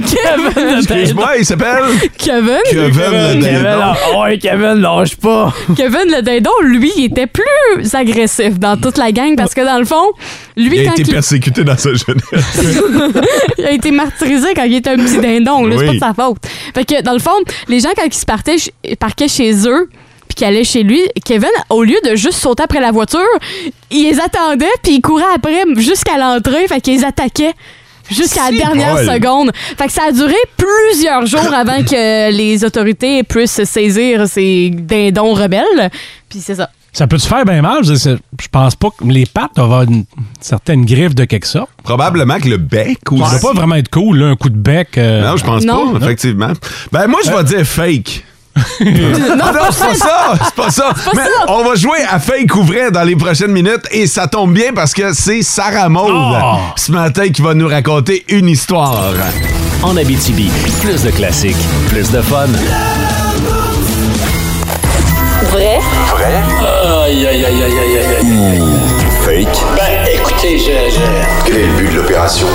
Speaker 5: Kevin!
Speaker 3: Excuse-moi, il s'appelle
Speaker 5: Kevin! ah,
Speaker 3: Kevin. le
Speaker 6: Kevin,
Speaker 3: dindon.
Speaker 6: là, ouais, Kevin, lâche pas.
Speaker 5: Kevin le dindon, lui, il était plus agressif dans toute la gang parce que dans le fond, lui,
Speaker 3: Il a
Speaker 5: quand
Speaker 3: été
Speaker 5: il-
Speaker 3: persécuté dans sa jeunesse.
Speaker 5: il a été martyrisé quand il était un petit dindon. là, C'est pas
Speaker 3: Oui.
Speaker 5: de sa faute. Fait que, dans le fond, les gens, quand ils se partaient, ch- parquaient chez eux, puis qu'ils allaient chez lui, Kevin, au lieu de juste sauter après la voiture, il les attendait, puis il courait après jusqu'à l'entrée, fait qu'ils les attaquaient. Jusqu'à la dernière
Speaker 3: drôle.
Speaker 5: seconde. Fait que ça a duré plusieurs jours avant que les autorités puissent saisir ces dindons rebelles. Puis c'est ça.
Speaker 4: Ça peut-tu faire bien mal? Je, veux dire, c'est- je pense pas que les pattes doivent avoir une certaine griffe de quelque sorte.
Speaker 3: Probablement que le bec ou
Speaker 4: Ça doit pas vraiment être cool, là, un coup de bec. euh,
Speaker 3: Non, je pense
Speaker 5: Non.
Speaker 3: pas, effectivement. Ben, moi, je vais dire fake. Ah non, c'est pas ça! C'est pas ça! Mais on va jouer à fake ou vrai dans les prochaines minutes et ça tombe bien parce que c'est Sarah Maud
Speaker 4: Oh!
Speaker 3: ce matin qui va nous raconter une histoire.
Speaker 2: En Abitibi, plus de classiques, plus de fun.
Speaker 10: Vrai? Aïe, aïe, aïe, aïe, aïe, aïe. Fake? Ben, écoutez, je, Quel est le but de l'opération?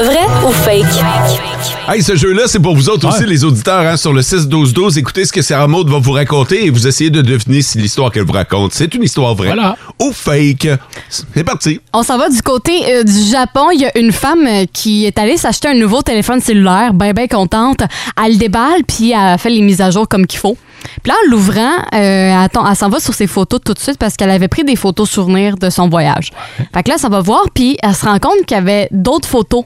Speaker 1: Vrai ou fake?
Speaker 3: Hey, ce jeu-là, c'est pour vous autres aussi, les auditeurs, hein, sur le 6-12-12. Écoutez ce que Sarah Maud va vous raconter et vous essayez de deviner si l'histoire qu'elle vous raconte, c'est une histoire vraie ou fake. C'est parti.
Speaker 5: On s'en va du côté euh, du Japon. Il y a une femme euh, qui est allée s'acheter un nouveau téléphone cellulaire, bien, bien contente. Elle le déballe, puis elle fait les mises à jour comme qu'il faut. Puis là, en l'ouvrant, euh, elle, tom- elle s'en va sur ses photos tout de suite parce qu'elle avait pris des photos souvenirs de son voyage. Fait que là, ça va voir, puis elle se rend compte qu'il y avait d'autres photos,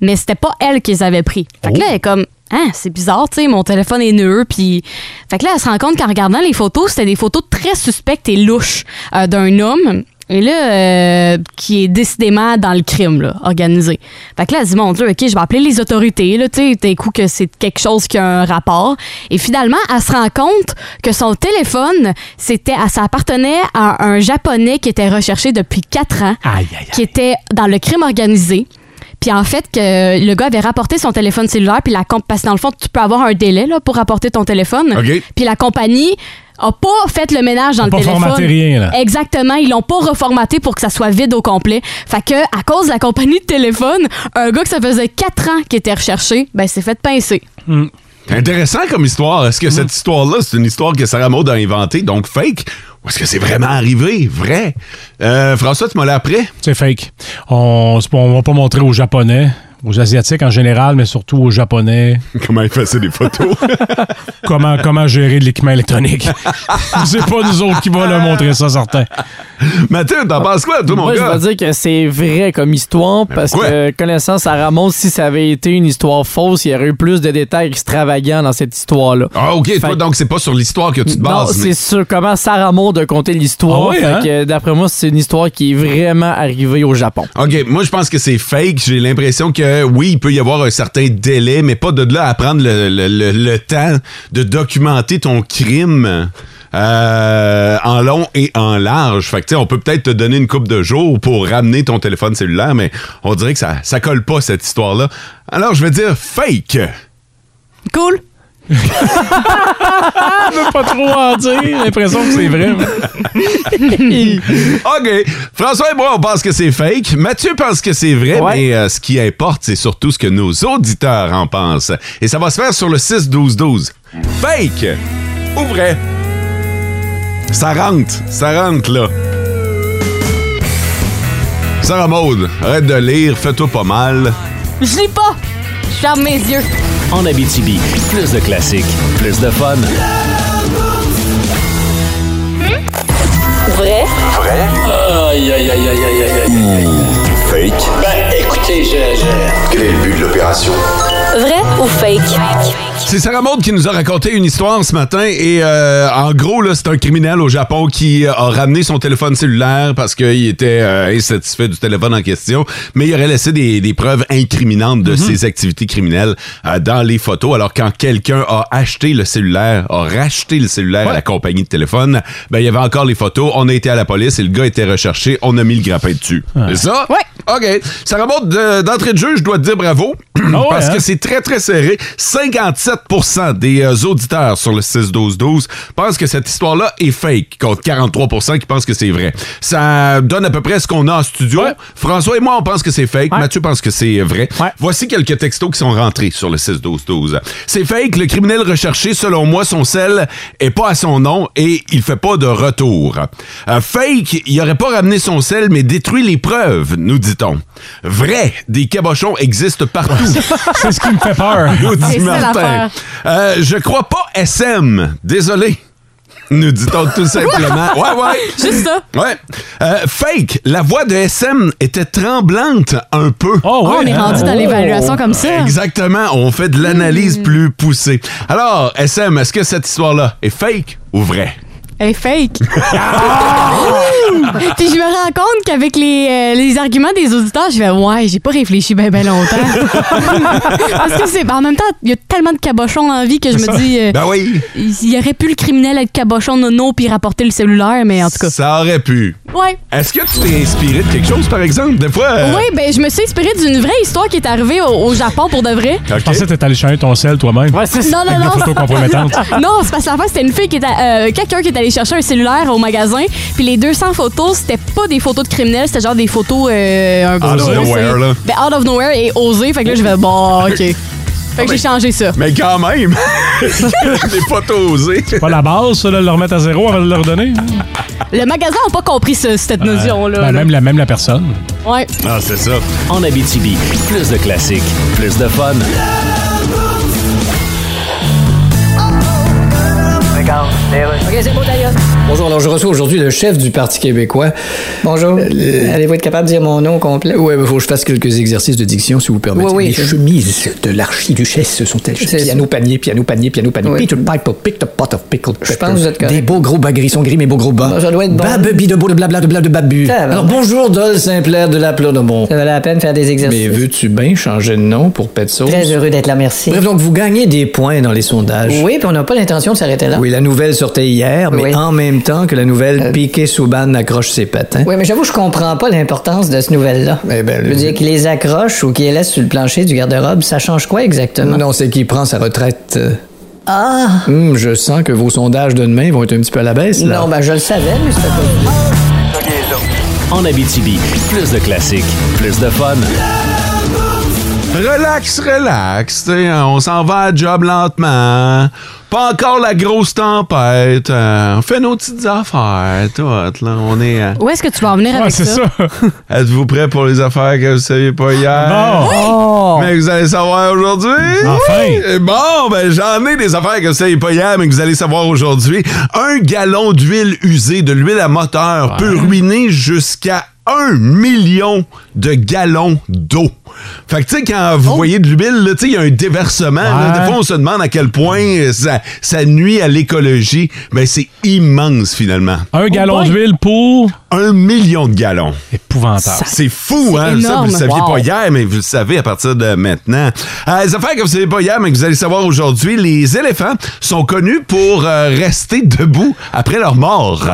Speaker 5: mais c'était pas elle qui les avait pris. Fait que là, elle est comme... Hein, c'est bizarre, tu sais, mon téléphone est neuf, puis... Fait que là, elle se rend compte qu'en regardant les photos, c'était des photos très suspectes et louches euh, d'un homme et là, euh, qui est décidément dans le crime, là, organisé. Fait que là, elle dit, mon Dieu, OK, je vais appeler les autorités, là, tu sais, d'un coup que c'est quelque chose qui a un rapport. Et finalement, elle se rend compte que son téléphone, c'était, ça appartenait à un Japonais qui était recherché depuis quatre ans,
Speaker 10: Ah.
Speaker 5: qui était dans le crime organisé. Puis en fait, que le gars avait rapporté son téléphone cellulaire, puis la comp- parce que dans le fond, tu peux avoir un délai là, pour rapporter ton téléphone.
Speaker 4: OK.
Speaker 5: Puis la compagnie a pas fait le ménage dans
Speaker 4: Pas
Speaker 5: le téléphone.
Speaker 4: formaté rien, là.
Speaker 5: Exactement, ils l'ont pas reformaté pour que ça soit vide au complet. Fait que à cause de la compagnie de téléphone, un gars que ça faisait 4 ans qui était recherché, ben s'est fait pincer.
Speaker 3: C'est Intéressant comme histoire. Est-ce que
Speaker 6: Mhm.
Speaker 3: cette histoire-là, c'est une histoire que Sarah Maud a inventée, donc fake, ou est-ce que c'est vraiment arrivé, vrai? Euh, François, tu m'as l'air après?
Speaker 4: C'est fake. On ne va pas montrer aux Japonais, aux Asiatiques en général, mais surtout aux Japonais.
Speaker 3: Comment effacer des photos?
Speaker 4: comment, comment gérer de l'équipement électronique. c'est pas nous autres qui va leur montrer ça, certain.
Speaker 3: Mathieu, t'en penses quoi, toi, mon
Speaker 6: Moi,
Speaker 3: gars?
Speaker 6: je vais dire que c'est vrai comme histoire parce
Speaker 3: pourquoi?
Speaker 6: que, connaissant Sarah Maud, si ça avait été une histoire fausse, il y aurait eu plus de détails extravagants dans cette histoire-là.
Speaker 3: Ah, OK, toi,
Speaker 6: Fait-
Speaker 3: donc c'est pas sur l'histoire que tu te
Speaker 6: Non,
Speaker 3: bases.
Speaker 6: c'est
Speaker 3: mais-
Speaker 6: sûr. Comment Sarah Maud a conté l'histoire?
Speaker 3: Ah oui,
Speaker 6: Fait
Speaker 3: hein?
Speaker 6: que, D'après moi, c'est une histoire qui est vraiment arrivée au Japon.
Speaker 3: OK, moi je pense que c'est fake. J'ai l'impression que oui, il peut y avoir un certain délai, mais pas de là à prendre le, le- le- le temps de documenter ton crime euh, en long et en large. Fait que tu sais, on peut peut-être te donner une coupe de jours pour ramener ton téléphone cellulaire, mais on dirait que ça, ça colle pas cette histoire-là. Alors je vais dire fake.
Speaker 5: Cool.
Speaker 4: Je veux pas trop en dire. J'ai l'impression que c'est vrai.
Speaker 3: OK. François et moi, on pense que c'est fake. Mathieu pense que c'est vrai, mais euh, ce qui importe, c'est surtout ce que nos auditeurs en pensent. Et ça va se faire sur le 6-12-12. Fake ou vrai? Ça rentre, ça rentre, là. Sarah Maud, arrête de lire, fais-toi pas mal.
Speaker 5: Je lis pas. Je ferme mes yeux.
Speaker 2: En Abitibi, plus de classiques, plus de fun.
Speaker 9: Vrai?
Speaker 10: Vrai? Aïe, aïe, aïe, aïe, aïe, aïe, aïe.
Speaker 3: Hmm.
Speaker 10: Fake? Ben, écoutez, je, Quel est le but de l'opération?
Speaker 1: Vrai ou fake?
Speaker 3: C'est Sarah Maud qui nous a raconté une histoire ce matin et euh, en gros là, c'est un criminel au Japon qui euh, a ramené son téléphone cellulaire parce qu'il était euh, insatisfait du téléphone en question, mais il aurait laissé des, des preuves incriminantes de ses activités criminelles euh, dans les photos. Alors quand quelqu'un a acheté le cellulaire, a racheté le cellulaire à la compagnie de téléphone, ben il y avait encore les photos. On a été à la police et le gars était recherché. On a mis le grappin dessus. C'est ça? Oui. OK. Sarah Maud, de- euh, d'entrée de jeu, je dois te dire bravo parce que
Speaker 4: hein?
Speaker 3: c'est c'est très, très serré. 57 des euh, auditeurs sur le 6-12-12 pensent que cette histoire-là est fake, contre 43 qui pensent que c'est vrai. Ça donne à peu près ce qu'on a en studio. François et moi, on pense que c'est fake. Mathieu pense que c'est vrai. Voici quelques textos qui sont rentrés sur le 6-12-12. C'est fake. Le criminel recherché, selon moi, son sel est pas à son nom et il fait pas de retour. Euh, fake, il aurait pas ramené son sel, mais détruit les preuves, nous dit-on. Vrai, des cabochons existent partout.
Speaker 4: C'est ce qui me fait peur.
Speaker 3: Nous dit
Speaker 4: C'est ça,
Speaker 3: Martin.
Speaker 4: l'affaire.
Speaker 3: Euh, je crois pas SM. Désolé. Nous dit-on tout simplement. Ouais, ouais.
Speaker 5: Juste ça.
Speaker 3: Ouais. Euh, fake. La voix de SM était tremblante un peu.
Speaker 4: Oh,
Speaker 5: ouais, On est hein? rendu dans l'évaluation comme ça. Hmm.
Speaker 3: Exactement. On fait de l'analyse plus poussée. Alors, SM, est-ce que cette histoire-là est fake ou vraie?
Speaker 5: Elle est fake. Ah! Puis je me rends compte qu'avec les, euh, les arguments des auditeurs, je vais ouais, j'ai pas réfléchi bien ben longtemps. Parce que c'est en même temps, il y a tellement de cabochons dans la vie que je
Speaker 3: C'est
Speaker 5: me
Speaker 3: ça.
Speaker 5: dis euh,
Speaker 3: Ben oui.
Speaker 5: il y aurait pu le criminel être cabochon nono puis rapporter le cellulaire, mais en tout cas.
Speaker 3: Ça aurait pu.
Speaker 5: Ouais.
Speaker 3: Est-ce que tu t'es inspiré de quelque chose, par exemple? Des fois. euh,
Speaker 5: Oui, ben je me suis inspirée d'une vraie histoire qui est arrivée au, au Japon pour de vrai.
Speaker 4: Je pensais que t'étais allé chercher ton sel toi-même.
Speaker 6: Ouais,
Speaker 5: Non, non, non.
Speaker 4: Une photo compromettante.
Speaker 5: non, c'est parce que la fois, c'était une fille qui était. euh, Quelqu'un qui est allé chercher un cellulaire au magasin. Puis les 200 photos, c'était pas des photos de criminels, c'était genre des photos. euh, un peu
Speaker 3: Out of
Speaker 5: osées.
Speaker 3: nowhere, là.
Speaker 5: Ben, out of nowhere et osé. Fait que là, je vais, bon, OK. Fait que j'ai changé ça.
Speaker 3: Mais quand même! Des photos osées.
Speaker 4: C'est pas la base, ça, là, de le remettre à zéro avant de le redonner.
Speaker 5: Le magasin n'a pas compris ce- cette notion-là.
Speaker 4: Ben,
Speaker 5: là.
Speaker 4: même, la, même la personne.
Speaker 5: Ouais.
Speaker 3: Ah, c'est ça.
Speaker 2: En Abitibi, plus de classiques, plus de fun.
Speaker 8: OK, c'est bon, d'ailleurs.
Speaker 7: Bonjour, alors je reçois aujourd'hui le chef du Parti québécois. Euh,
Speaker 8: Bonjour. Allez-vous être capable de dire mon nom au complet?
Speaker 7: Ouais, il faut que je fasse quelques exercices de diction, si vous permettez.
Speaker 8: Oui, oui,
Speaker 7: Les
Speaker 8: c'est-
Speaker 7: chemises de l'archiduchesse sont-elles
Speaker 8: C'est-
Speaker 7: Piano panier, piano panier, piano panier.
Speaker 8: Oui.
Speaker 7: Peter Piper picked a pot of pickled peppers.
Speaker 8: pense que vous êtes correct. Bah,
Speaker 7: Des beaux gros bas gris sont gris, mais beaux gros bas.
Speaker 8: Ça doit être bon.
Speaker 7: Babubi de beau de blabla de blabla de babu.
Speaker 8: Ça va.
Speaker 7: Alors bonjour, Dol Saint-Clair de la Plat de Mont.
Speaker 8: Ça valait la peine de faire des exercices.
Speaker 7: Mais veux-tu bien changer de nom pour Pet Sauce?
Speaker 8: Très heureux d'être là, merci.
Speaker 7: Bref, donc vous gagnez des points dans les sondages.
Speaker 8: Oui, puis on n'a pas l'intention de s'arrêter là.
Speaker 7: Oui, la nouvelle sortait hier, mais
Speaker 8: Oui. Euh,
Speaker 7: en même temps que la nouvelle Piquet Souban accroche ses patins.
Speaker 8: Oui, mais j'avoue, je comprends pas l'importance de ce nouvelle-là.
Speaker 7: Eh ben,
Speaker 8: je veux
Speaker 7: le-
Speaker 8: dire qu'il les accroche ou qu'il les laisse sur le plancher du garde-robe, ça change quoi exactement?
Speaker 7: Non, c'est qu'il prend sa retraite. euh.
Speaker 8: Ah!
Speaker 7: Hum, je sens que vos sondages de demain vont être un petit peu à la baisse. Là.
Speaker 8: Non, ben je le savais, mais c'était pas...
Speaker 2: En Abitibi, plus de classiques, plus de fun.
Speaker 3: Relax, relax. tu sais, hein, On s'en va à job lentement. Pas encore la grosse tempête. euh, on fait nos petites affaires. Tout, là, on est. euh,
Speaker 5: Où est-ce que tu vas en venir
Speaker 4: Ouais,
Speaker 5: avec
Speaker 4: c'est
Speaker 5: ça?
Speaker 4: ça.
Speaker 3: Êtes-vous prêts pour les affaires que vous saviez pas hier?
Speaker 4: Bon.
Speaker 3: Mais que vous allez savoir aujourd'hui.
Speaker 4: Oh! Enfin.
Speaker 3: Oui. Bon, ben j'en ai des affaires que vous saviez pas hier, mais que vous allez savoir aujourd'hui. Un gallon d'huile usée, de l'huile à moteur, peut ruiner jusqu'à un million de gallons d'eau. Fait que, tu sais, quand vous voyez de l'huile, là, tu sais, il y a un déversement. là.
Speaker 4: Oh! Ouais.
Speaker 3: Des fois, on se demande à quel point euh, ça, ça nuit à l'écologie. Mais c'est immense, finalement.
Speaker 4: Un gallon
Speaker 5: boy.
Speaker 4: d'huile pour.
Speaker 3: Un million de gallons.
Speaker 4: Épouvantable.
Speaker 3: C'est fou, hein? Ça, vous
Speaker 5: énorme.
Speaker 3: le saviez
Speaker 5: Wow.
Speaker 3: pas hier, mais vous le savez à partir de maintenant. Euh, les affaires que vous saviez pas hier, mais que vous allez savoir aujourd'hui, les éléphants sont connus pour euh, rester debout après leur mort.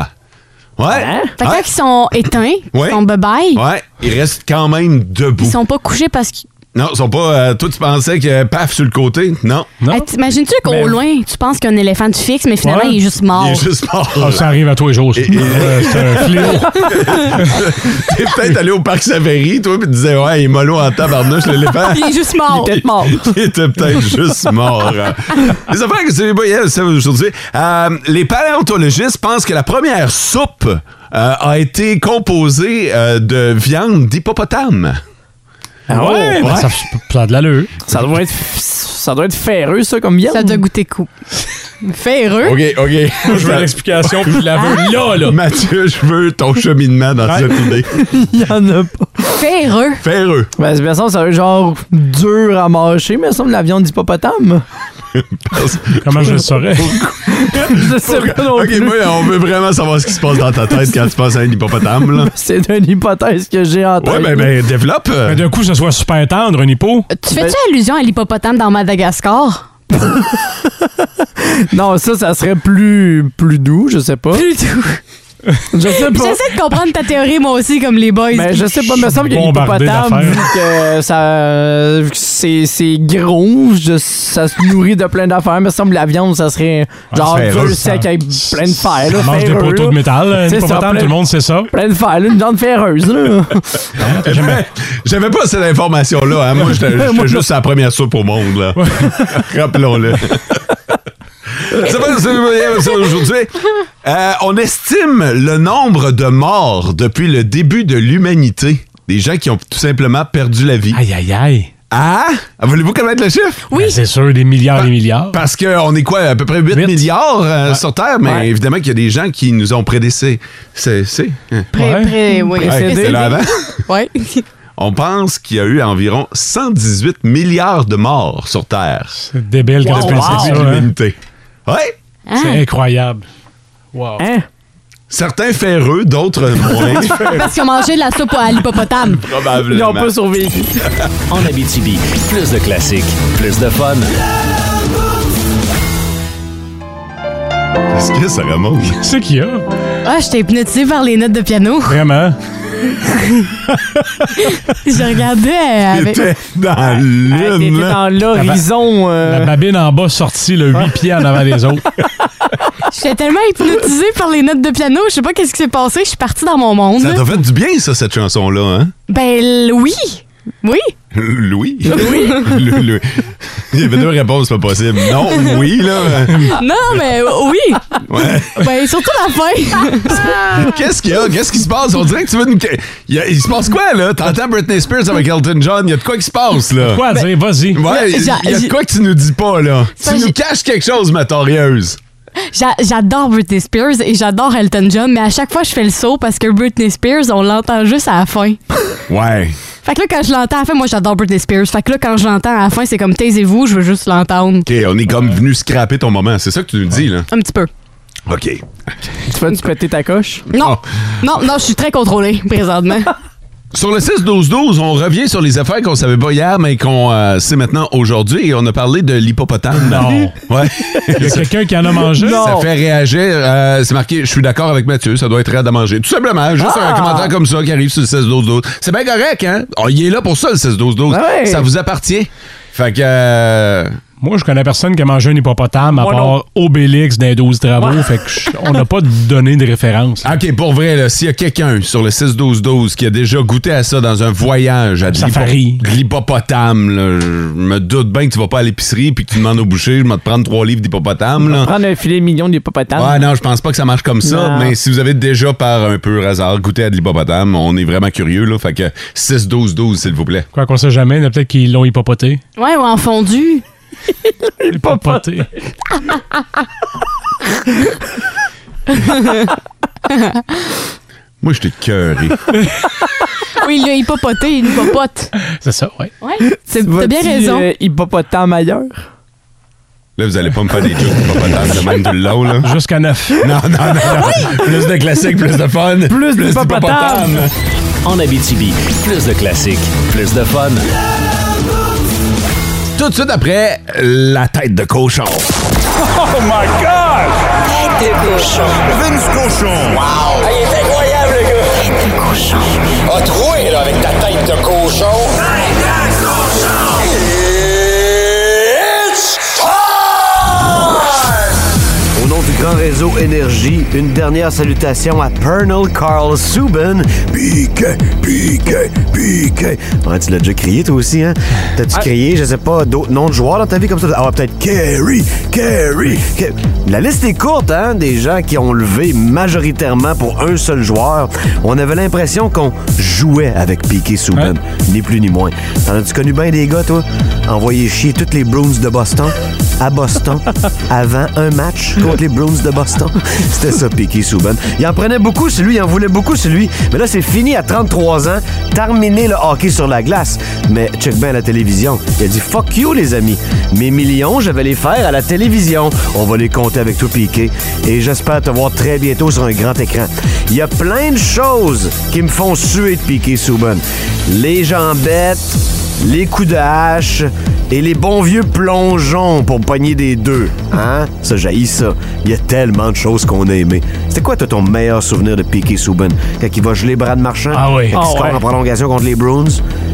Speaker 3: Ouais.
Speaker 5: Hein? Fait que
Speaker 3: Ouais.
Speaker 5: quand ils sont éteints,
Speaker 3: Ouais.
Speaker 5: ils sont bye-bye,
Speaker 3: Ouais, ils restent quand même debout.
Speaker 5: ils sont pas couchés parce qu'ils.
Speaker 3: Non, ils sont pas. euh, toi, tu pensais que euh, paf sur le côté? Non.
Speaker 4: Non?
Speaker 5: Hey, T'imagines-tu qu'au
Speaker 4: Mais-
Speaker 5: loin, tu penses qu'un éléphant tu fixes, mais finalement,
Speaker 4: Ouais.
Speaker 5: il est juste mort.
Speaker 3: Ben- Il est juste mort.
Speaker 4: Ah, ça arrive à tous les jours. ça.
Speaker 3: Et- et-
Speaker 4: Euh, C'est un fléau.
Speaker 3: T'es peut-être allé au parc Savary, toi, puis tu disais, ouais, il est mollo en tabarnouche, l'éléphant.
Speaker 5: Il est juste mort.
Speaker 3: Il- Il était peut-être juste mort. hein. Les affaires que c'est pas hier, c'est aujourd'hui. Euh, les paléontologistes pensent que la première soupe euh, a été composée euh, de viande d'hippopotame. Oh,
Speaker 4: Ah ouais, ben,
Speaker 3: ouais.
Speaker 4: Ça, ça a de l'allure.
Speaker 6: Ça doit être, ça doit être ferreux, ça, comme viande.
Speaker 5: Ça doit goûter coup. Ferreux. Ah!
Speaker 3: OK, OK.
Speaker 4: Je veux l'explication, puis je la veux là, là.
Speaker 3: Mathieu, je veux ton cheminement dans cette idée.
Speaker 6: Il y en a pas.
Speaker 5: Ferreux.
Speaker 3: Ferreux.
Speaker 6: Ben, c'est bien ça, ça doit être genre dur à mâcher, mais ça semble la viande d'hippopotame.
Speaker 4: Comment je le saurais?
Speaker 6: Je sais pas non
Speaker 3: OK,
Speaker 6: plus.
Speaker 3: moi, on veut vraiment savoir ce qui se passe dans ta tête quand tu penses à un hippopotame. Là.
Speaker 6: C'est une hypothèse que j'ai en tête.
Speaker 3: Ouais, ben, ben, développe.
Speaker 4: Mais D'un coup, ça soit super tendre, un hippo.
Speaker 5: Tu fais-tu allusion à l'hippopotame dans Madagascar?
Speaker 6: Non, ça, ça serait plus, plus doux, je sais pas.
Speaker 5: Plus tout.
Speaker 6: Je sais pas.
Speaker 5: J'essaie de comprendre ta théorie, moi aussi, comme les boys.
Speaker 6: Mais je sais pas, me semble qu'il y a
Speaker 4: Bombardé
Speaker 6: l'hippopotame, vu
Speaker 4: d'affaires.
Speaker 6: que ça, vu que c'est, c'est gros, je- ça se nourrit de plein d'affaires. Me semble que la viande, ça serait genre
Speaker 3: c'est
Speaker 6: dur,
Speaker 3: féroce,
Speaker 6: sec, avec plein de fer. là,
Speaker 4: Ça mange des
Speaker 6: ferreux,
Speaker 4: poteaux de
Speaker 6: là.
Speaker 4: métal. Un
Speaker 6: C'est ça,
Speaker 4: hippopotame,
Speaker 6: plein-
Speaker 4: tout le monde sait ça.
Speaker 6: Plein de fer, là, une viande ferreuse. Là.
Speaker 3: Eh ben, J'avais pas cette information-là. hein. Moi, j'étais j'étais juste la première soupe au monde. là. Rappelons-le. C'est pas c'est pas- c'est aujourd'hui. Euh, on estime le nombre de morts depuis le début de l'humanité. Des gens qui ont tout simplement perdu la vie.
Speaker 4: Aïe, aïe, aïe.
Speaker 3: Ah! Voulez-vous connaître le chiffre?
Speaker 4: Oui. Ben, c'est sûr, des milliards et des milliards.
Speaker 3: Parce qu'on est quoi? À peu près 8,
Speaker 4: Huit.
Speaker 3: milliards euh, sur Terre, mais
Speaker 4: Ouais.
Speaker 3: évidemment qu'il y a des gens qui nous ont prédécé. C'est. c'est- hein.
Speaker 4: Ouais.
Speaker 5: Près, Eh oui.
Speaker 3: Ouais, c'était là avant.
Speaker 5: Ouais.
Speaker 3: On pense qu'il y a eu environ 118 milliards de morts sur Terre.
Speaker 4: C'est débile quand
Speaker 3: Wow,
Speaker 4: tu penses à
Speaker 3: wow.
Speaker 4: ça. hein.
Speaker 3: L'humanité. Ouais.
Speaker 4: C'est incroyable. Wow.
Speaker 6: Hein?
Speaker 3: Certains ferreux, d'autres moins.
Speaker 5: Parce qu'ils ont mangé de la soupe à l'hippopotame.
Speaker 3: Probablement.
Speaker 6: Ils n'ont pas survécu.
Speaker 2: En Abitibi, plus de classiques, plus de fun.
Speaker 3: Qu'est-ce que ça remonte?
Speaker 4: C'est qu'il y a?
Speaker 5: Ah, j'étais hypnotisée par les notes de piano.
Speaker 4: Vraiment?
Speaker 5: Je regardais euh, avec.
Speaker 4: T'étais dans l'une.
Speaker 6: t'étais dans l'horizon,
Speaker 4: La, babine en bas sortie, le 8 pieds en avant des autres.
Speaker 5: J'étais tellement hypnotisée par les notes de piano, je sais pas qu'est-ce qui s'est passé, je suis partie dans mon monde.
Speaker 3: Ça t'a fait du bien, ça, cette chanson-là, hein?
Speaker 5: Ben l- oui. Oui.
Speaker 3: Louis? Le- le- Il y avait deux réponses, c'est pas possible. Non, oui, là.
Speaker 5: Non, mais oui.
Speaker 3: Ouais.
Speaker 5: Ben surtout la fin.
Speaker 3: Qu'est-ce qu'il y a? Qu'est-ce qui se passe? On dirait que tu veux une. Il, y a- il se passe quoi, là? T'entends Britney Spears avec Elton John? Il y a de quoi qui se passe, là?
Speaker 4: Quoi à
Speaker 5: Ben,
Speaker 4: dire? Vas-y.
Speaker 3: Ouais, il y a de quoi que tu nous dis pas, là?
Speaker 5: Ça,
Speaker 3: Tu nous
Speaker 5: j'ai-
Speaker 3: caches quelque chose, ma torieuse.
Speaker 5: J'a- J'adore Britney Spears et j'adore Elton John, mais à chaque fois je fais le saut parce que Britney Spears, on l'entend juste à la fin.
Speaker 3: Ouais.
Speaker 5: Fait que là, quand je l'entends à la fin, moi j'adore Britney Spears. Fait que là, quand je l'entends à la fin, c'est comme taisez-vous, je veux juste l'entendre.
Speaker 3: OK, on est comme venu scraper ton moment. C'est ça que tu nous dis, là?
Speaker 5: Un petit peu.
Speaker 3: OK.
Speaker 6: Tu vas-tu péter ta coche?
Speaker 5: Non. Non, non, je suis très contrôlée présentement.
Speaker 3: Sur le 6-12-12, on revient sur les affaires qu'on savait pas hier, mais qu'on euh, sait maintenant aujourd'hui. Et on a parlé de l'hippopotame.
Speaker 4: Non.
Speaker 3: Ouais.
Speaker 4: Il y a quelqu'un qui en a mangé?
Speaker 3: Ça fait réagir. euh, c'est marqué, je suis d'accord avec Mathieu, ça doit être raide à manger. Tout simplement, juste un commentaire comme ça qui arrive sur le 16-12-12. C'est bien correct, hein? Oh, il est là pour ça, le 16-12-12.
Speaker 4: Ouais.
Speaker 3: Ça vous appartient. Fait que... euh,
Speaker 4: Moi, je connais personne qui a mangé un hippopotame à
Speaker 3: Moi
Speaker 4: part
Speaker 3: non.
Speaker 4: Obélix dans les 12 travaux. Fait que je- on n'a pas de données de référence.
Speaker 3: OK, pour vrai, là, s'il y a quelqu'un sur le 6-12-12 qui a déjà goûté à ça dans un voyage à de
Speaker 4: Safari.
Speaker 3: l'hippo- de l'hippopotame, là, je me doute bien que tu vas pas à l'épicerie puis que tu demandes au boucher, je vais te prendre trois livres d'hippopotame. là.
Speaker 6: Prendre un filet mignon d'hippopotame.
Speaker 3: Ouais, non, je pense pas que ça marche comme ça,
Speaker 6: Non.
Speaker 3: mais si vous avez déjà par un peu hasard goûté à de l'hippopotame, on est vraiment curieux, là. Fait que 6-12-12, s'il vous plaît.
Speaker 4: Quoi qu'on sait jamais, il y en a peut-être qu'ils l'ont hippopoté.
Speaker 5: Ouais, ou en fondu.
Speaker 4: Hippopoté.
Speaker 3: Moi, je t'ai cœuré.
Speaker 5: oui, il l'a hippopoté, il hippopote.
Speaker 4: C'est ça, ouais.
Speaker 5: Ouais, c'est- t'as bien
Speaker 6: Vas-tu,
Speaker 5: raison.
Speaker 6: euh, hippopotame ailleurs?
Speaker 3: Là, vous allez pas me faire des jokes d'hippopotame de même tout le long, là.
Speaker 4: Jusqu'à 9.
Speaker 3: Non, non, non, non. Plus de classiques, plus de fun. Plus, d'hippopotame.
Speaker 2: En Abitibi, plus de classiques, plus de fun.
Speaker 3: Tout de suite après, la tête de cochon.
Speaker 10: Oh my God! Tête de cochon. Vince cochon. Wow! Ah, il est incroyable, le gars! Tête de cochon. A troué, là, avec ta tête de cochon. Tête de cochon!
Speaker 11: Au nom du grand réseau Énergie, une dernière salutation à Pernal Carl Subban. Pique, pique, pique. Ouais, tu l'as déjà crié, toi aussi, hein? T'as-tu crié, je sais pas, d'autres noms de joueurs dans ta vie comme ça? Ah, ouais, peut-être Kerry, Kerry. Ke- La liste est courte, hein, des gens qui ont levé majoritairement pour un seul joueur. On avait l'impression qu'on jouait avec Piqué Souban, ni plus ni moins. T'en as-tu connu bien des gars, toi? Envoyer chier toutes les Bruins de Boston à Boston avant un match contre les Bruins de Boston. C'était ça, Piqué Souban. Il en prenait beaucoup, celui, il en voulait beaucoup, celui. Mais là, c'est fini à 33 ans, terminé le hockey sur la glace. Mais check bien la télévision. Il a dit fuck you, les amis. Mes millions, je vais les faire à la télévision. On va les compter avec tout Piqué. Et j'espère te voir très bientôt sur un grand écran. Il y a plein de choses qui me font suer de Piqué Souban. Les jambettes, les coups de hache et les bons vieux plongeons pour pogner des deux. Hein? Ça jaillit ça. Il y a tellement de choses qu'on a aimées. C'était quoi, toi, ton meilleur souvenir de Piqué Souban? Quand il va geler Brad Marchand?
Speaker 4: Ah oui.
Speaker 11: Qui
Speaker 4: Ah
Speaker 11: score
Speaker 4: ouais.
Speaker 11: en prolongation contre les Bruins?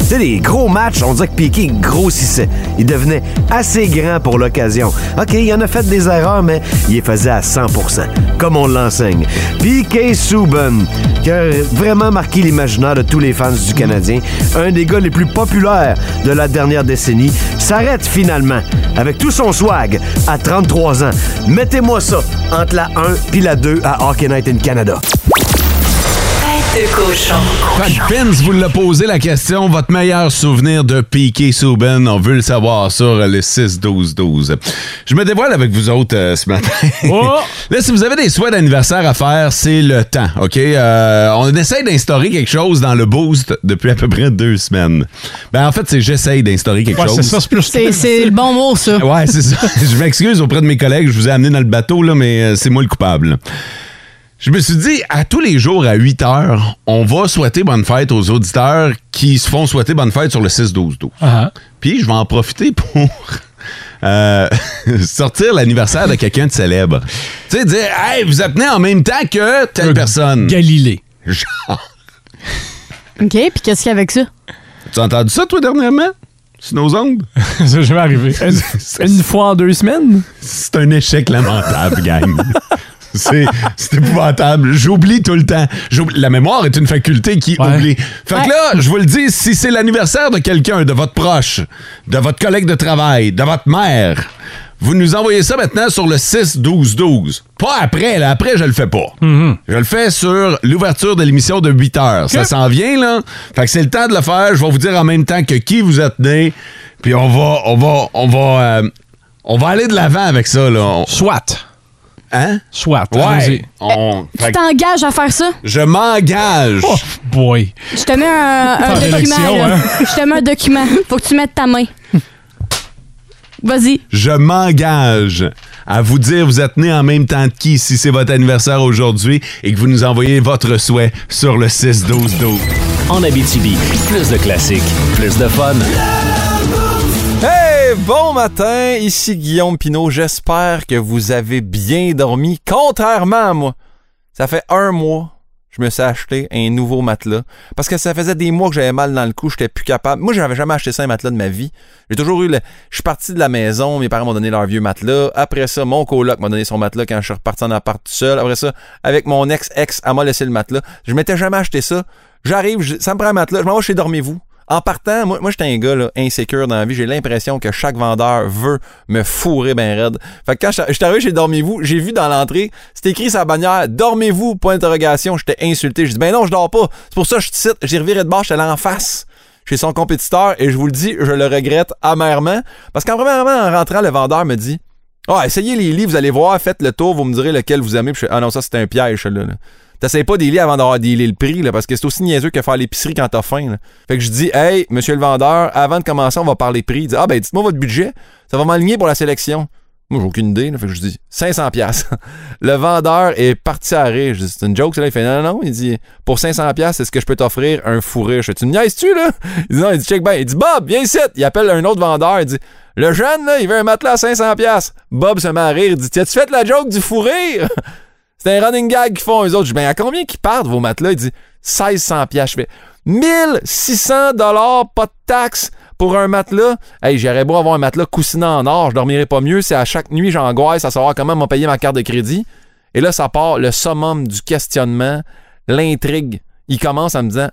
Speaker 11: C'était des gros matchs. On dirait que Piqué grossissait. Il devenait assez grand pour l'occasion. OK, il en a fait des erreurs, mais il les faisait à 100 comme on l'enseigne. Piqué Souban, qui a vraiment marqué l'imaginaire de tous les fans du Canadien, un des gars les plus populaires de la dernière décennie, s'arrête finalement avec tout son swag à 33 ans. Mettez-moi ça entre la 1 puis la 2 à Hockey Night in Canada.
Speaker 9: Tête de cochon.
Speaker 3: Pat Pins vous l'a posé la question, votre meilleur souvenir de Piqué Souben, on veut le savoir sur le 6-12-12. Je me dévoile avec vous autres euh, ce matin.
Speaker 4: Oh!
Speaker 3: Là, si vous avez des souhaits d'anniversaire à faire, c'est le temps, OK? Euh, on essaie d'instaurer quelque chose dans le boost depuis à peu près deux semaines. Ben, en fait, c'est j'essaye d'instaurer quelque
Speaker 4: Ouais,
Speaker 3: chose.
Speaker 4: c'est ça, c'est plus
Speaker 5: C'est c'est le bon mot, ça.
Speaker 3: Ouais, c'est ça. Je m'excuse auprès de mes collègues, je vous ai amené dans le bateau, là, mais euh, c'est moi le coupable. Je me suis dit, à tous les jours, à 8 heures, on va souhaiter bonne fête aux
Speaker 6: Ah
Speaker 3: auditeurs qui se font souhaiter bonne fête sur le 6-12-12. Puis je vais en profiter pour euh, sortir l'anniversaire de quelqu'un de célèbre. Tu sais, dire, hey, vous appelez en même temps que
Speaker 6: Euh,
Speaker 3: telle personne.
Speaker 4: Galilée.
Speaker 3: Genre.
Speaker 5: OK, puis qu'est-ce qu'il y a avec ça?
Speaker 3: Tu as entendu ça, toi, dernièrement? C'est nos ongles?
Speaker 4: ça jamais arrivé.
Speaker 6: Une fois en deux semaines?
Speaker 3: C'est un échec lamentable, gang. C'est c'est épouvantable. J'oublie tout le temps. J'oublie- La mémoire est une faculté qui oublie. Fait que là, je vous le dis, si c'est l'anniversaire de quelqu'un, de votre proche, de votre collègue de travail, de votre mère, vous nous envoyez ça maintenant sur le 6-12-12. Pas après, là. Après, je le fais pas. Je le fais sur l'ouverture de l'émission de 8 heures. Ça s'en vient, là. Fait que c'est le temps de le faire. Je vais vous dire en même temps que qui vous êtes né. Puis on va, on va, on va, euh, on va aller de l'avant avec ça, là. On-
Speaker 4: Soit.
Speaker 3: Hein?
Speaker 4: Soit.
Speaker 3: Ouais.
Speaker 4: allons-y.
Speaker 3: On-
Speaker 5: Tu
Speaker 3: fait que
Speaker 5: t'engages à faire ça?
Speaker 3: je m'engage.
Speaker 4: Oh boy.
Speaker 5: Je te mets un, un
Speaker 4: Par
Speaker 5: document.
Speaker 4: élection,
Speaker 5: là.
Speaker 4: hein?
Speaker 5: Je te mets un document. Faut que tu mettes ta main. Vas-y.
Speaker 3: Je m'engage à vous dire vous êtes né en même temps de qui si c'est votre anniversaire aujourd'hui et que vous nous envoyez votre souhait sur le 6-12-12.
Speaker 2: En Abitibi, plus de classiques, plus de fun.
Speaker 12: Hey, bon matin, ici Guillaume Pinot. J'espère que vous avez bien dormi, contrairement à moi. Ça fait un mois, je me suis acheté un nouveau matelas parce que ça faisait des mois que j'avais mal dans le cou, j'étais plus capable. Moi, j'avais jamais acheté ça un matelas de ma vie. J'ai toujours eu le je suis parti de la maison, mes parents m'ont donné leur vieux matelas. Après ça, mon coloc m'a donné son matelas quand je suis reparti en appart tout seul. Après ça, avec mon ex-ex, elle m'a laissé le matelas. Je m'étais jamais acheté ça. J'arrive, je- ça me prend un matelas, je m'en vais chez Dormez-vous. En partant, moi, moi j'étais un gars là, insécure dans la vie. J'ai l'impression que chaque vendeur veut me fourrer ben raide. Fait que quand j'étais arrivé chez Dormez-vous, j'ai vu dans l'entrée, c'était écrit sa bannière Dormez-vous, point d'interrogation. J'étais insulté. J'ai dit, ben non, je dors pas. C'est pour ça que je te cite. J'ai reviré de bord, j'étais allé en face chez son compétiteur et je vous le dis, je le regrette amèrement. Parce qu'en premièrement, en rentrant, le vendeur me dit Ah, essayez les lits, vous allez voir, faites le tour, vous me direz lequel vous aimez. Puis je fais, ah non, ça c'est un piège, là. là. T'essayes pas des lits avant d'avoir dealé le prix, là, parce que c'est aussi niaiseux que faire l'épicerie quand t'as faim. là. Fait que je dis Hey, monsieur le vendeur, avant de commencer, on va parler prix. Il dit Ah ben dites-moi votre budget, ça va m'aligner pour la sélection. Moi, j'ai aucune idée. Là, fait que je dis 500 pièces. Le vendeur est parti à rire. Je dis, c'est une joke, ça, là. Il fait, non, non, non. Il dit, pour 500 pièces, est-ce que je peux t'offrir un fourré? Je fais, tu me niaises-tu, là? Il dit, non, il dit, check bien. Il dit, Bob, viens ici. Il appelle un autre vendeur. Il dit, le jeune, là, il veut un matelas à 500 pièces. Bob se met à rire. Il dit, t'as-tu fait la joke du fourré? C'est un running gag qu'ils font eux autres. Je dis, ben, à combien qu'ils partent, vos matelas? Il dit, 1600 pièces. Je fais, 1600 dollars, pas de taxes pour un matelas. Hey, j'aurais beau avoir un matelas coussinant en or, je dormirais pas mieux. C'est à chaque nuit, j'angoisse à savoir comment m'ont payé ma carte de crédit. Et là, ça part le summum du questionnement, l'intrigue. Il commence en me disant,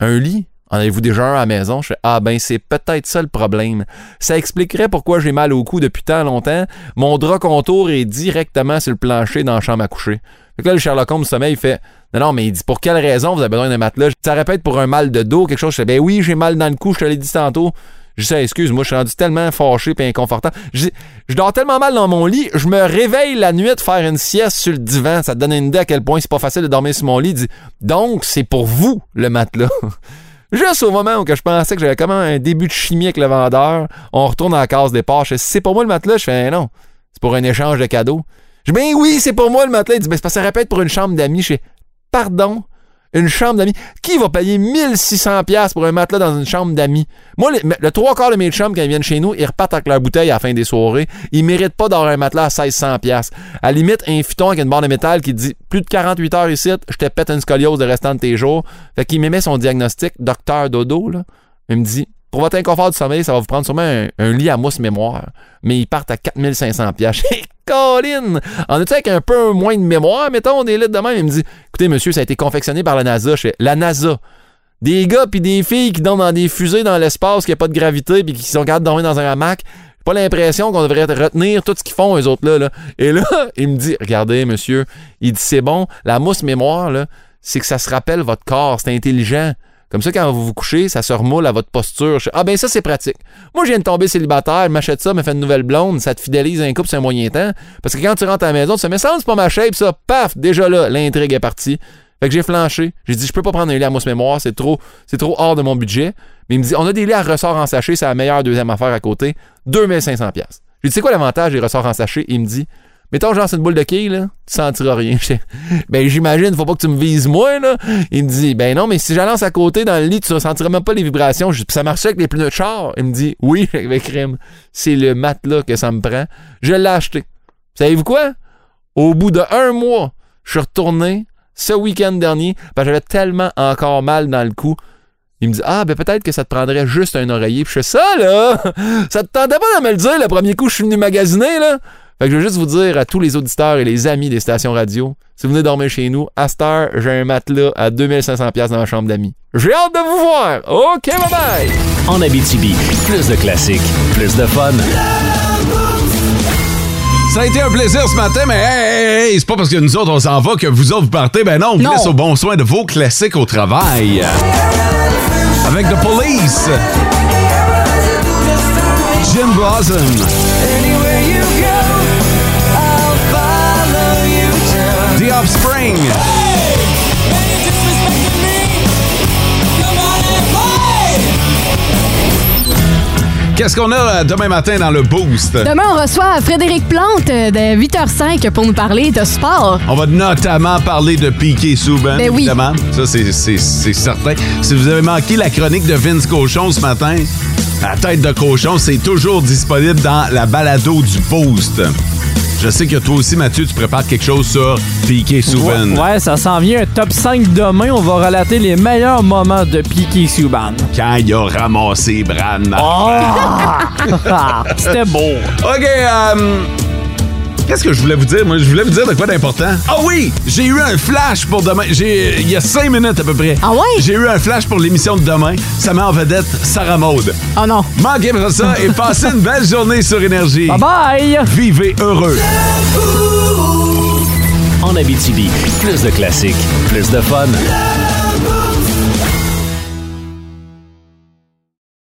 Speaker 12: un lit? En avez-vous déjà un à la maison? Je fais, ah ben, c'est peut-être ça le problème. Ça expliquerait pourquoi j'ai mal au cou depuis tant longtemps. Mon drap contour est directement sur le plancher dans la chambre à coucher. Fait que là, le Sherlock Holmes sommeil, il fait, non, non, mais il dit, pour quelle raison vous avez besoin d'un matelas? Ça répète pour un mal de dos, quelque chose. Je fais, ben oui, j'ai mal dans le cou, je te l'ai dit tantôt. Je dis, excuse-moi, je suis rendu tellement fâché et inconfortable. Je dis, je dors tellement mal dans mon lit, je me réveille la nuit de faire une sieste sur le divan. Ça te donne une idée à quel point c'est pas facile de dormir sur mon lit. Il dit, donc, c'est pour vous, le matelas. Juste au moment où que je pensais que j'avais comme un début de chimie avec le vendeur, on retourne à la case départ. Je fais, c'est pour moi le matelas? Je fais, non, c'est pour un échange de cadeaux. Je dis, ben oui, c'est pour moi le matelas. Il dit, ben c'est parce que ça répète pour une chambre d'amis. Je fais, pardon? Une chambre d'amis. Qui va payer 1600$ piastres pour un matelas dans une chambre d'amis? Moi, le, le trois quarts de mes chums, quand ils viennent chez nous, ils repartent avec leur bouteille à la fin des soirées. Ils méritent pas d'avoir un matelas à 1600$. piastres. À la limite, un futon avec une barre de métal qui dit plus de 48 heures ici, je te pète une scoliose le restant de tes jours. Fait qu'il m'émet son diagnostic, docteur Dodo, là. Il me dit, pour votre inconfort du sommeil, ça va vous prendre sûrement un, un lit à mousse mémoire. Mais ils partent à 4500 pièces. Eh, Colin! En est avec un peu moins de mémoire, mettons, des lettres de même? Il me dit, écoutez, monsieur, ça a été confectionné par la NASA. Je fais, la NASA. Des gars puis des filles qui dorment dans des fusées dans l'espace, qui a pas de gravité puis qui sont capables de dormir dans un hamac. J'ai pas l'impression qu'on devrait retenir tout ce qu'ils font, eux autres, là, là. Et là, il me dit, regardez, monsieur, il dit, c'est bon, la mousse mémoire, là, c'est que ça se rappelle votre corps, c'est intelligent. Comme ça, quand vous vous couchez, ça se remoule à votre posture. Je- Ah ben ça, c'est pratique. Moi, je viens de tomber célibataire, je m'achète ça, me fait une nouvelle blonde, ça te fidélise un couple, c'est un moyen temps. Parce que quand tu rentres à la maison, tu te mets ça, c'est pas ma shape, ça, paf, déjà là, l'intrigue est partie. Fait que j'ai flanché. J'ai dit, je peux pas prendre un lit à mousse mémoire, c'est trop, c'est trop hors de mon budget. Mais il me dit, on a des lits à ressort en sachet, c'est la meilleure deuxième affaire à côté, 2500$. J'ai dit, c'est quoi l'avantage des ressorts en sachet? Il me dit, Mettons, genre, c'est une boule de quille, là, tu sentiras rien. Je fais, ben, j'imagine, faut pas que tu me vises moi, là. Il me dit, ben non, mais si je la lance à côté dans le lit, tu sentiras même pas les vibrations. Je dis, Puis ça marchait avec les pneus de char. Il me dit, oui, avec crime. C'est le matelas que ça me prend. Je l'ai acheté. Savez-vous quoi? Au bout de un mois, je suis retourné ce week-end dernier, parce que j'avais tellement encore mal dans le cou. Il me dit Ah, ben peut-être que ça te prendrait juste un oreiller. Puis je fais ça, là Ça te tentait pas de me le dire le premier coup, je suis venu magasiner, là Fait que je veux juste vous dire à tous les auditeurs et les amis des stations radio si vous venez dormir chez nous, à cette heure, j'ai un matelas à 2500$ dans ma chambre d'amis. J'ai hâte de vous voir OK, bye bye
Speaker 2: En Abitibi, plus de classiques, plus de fun.
Speaker 3: Ça a été un plaisir ce matin, mais hey, hey, hey, c'est pas parce que nous autres on s'en va que vous autres vous partez. Ben non, on vous
Speaker 10: Non.
Speaker 3: laisse au bon soin de vos classiques au travail. Avec The Police, Jim Blossom, The Offspring, Qu'est-ce qu'on a euh, demain matin dans le boost?
Speaker 5: Demain, on reçoit Frédéric Plante euh, de 8h05 pour nous parler de sport.
Speaker 3: On va notamment parler de Piqué Souben,
Speaker 5: Ben oui.
Speaker 3: évidemment. Ça, c'est- c'est c'est certain. Si vous avez manqué la chronique de Vince Cochon ce matin, la tête de cochon, c'est toujours disponible dans la balado du Boost. Je sais que toi aussi, Mathieu, tu prépares quelque chose sur Piqué Souben.
Speaker 6: Ouais, ouais, ça s'en vient. Un top 5 demain, on va relater les meilleurs moments de Piqué Souban.
Speaker 3: Quand il a ramassé Bran.
Speaker 6: Oh! C'était beau.
Speaker 3: OK, euh, qu'est-ce que je voulais vous dire? Moi, je voulais vous dire de quoi d'important. Ah oui! J'ai eu un flash pour demain. J'ai, il y a cinq minutes à peu près. Ah ouais? J'ai eu un flash pour l'émission de demain. Ça met en vedette Sarah Maude.
Speaker 5: Oh non!
Speaker 3: Manquez pas ça et passez une belle journée sur Énergie. Bye
Speaker 6: bye!
Speaker 3: Vivez heureux.
Speaker 2: En Abitibi, plus de classiques, plus de fun.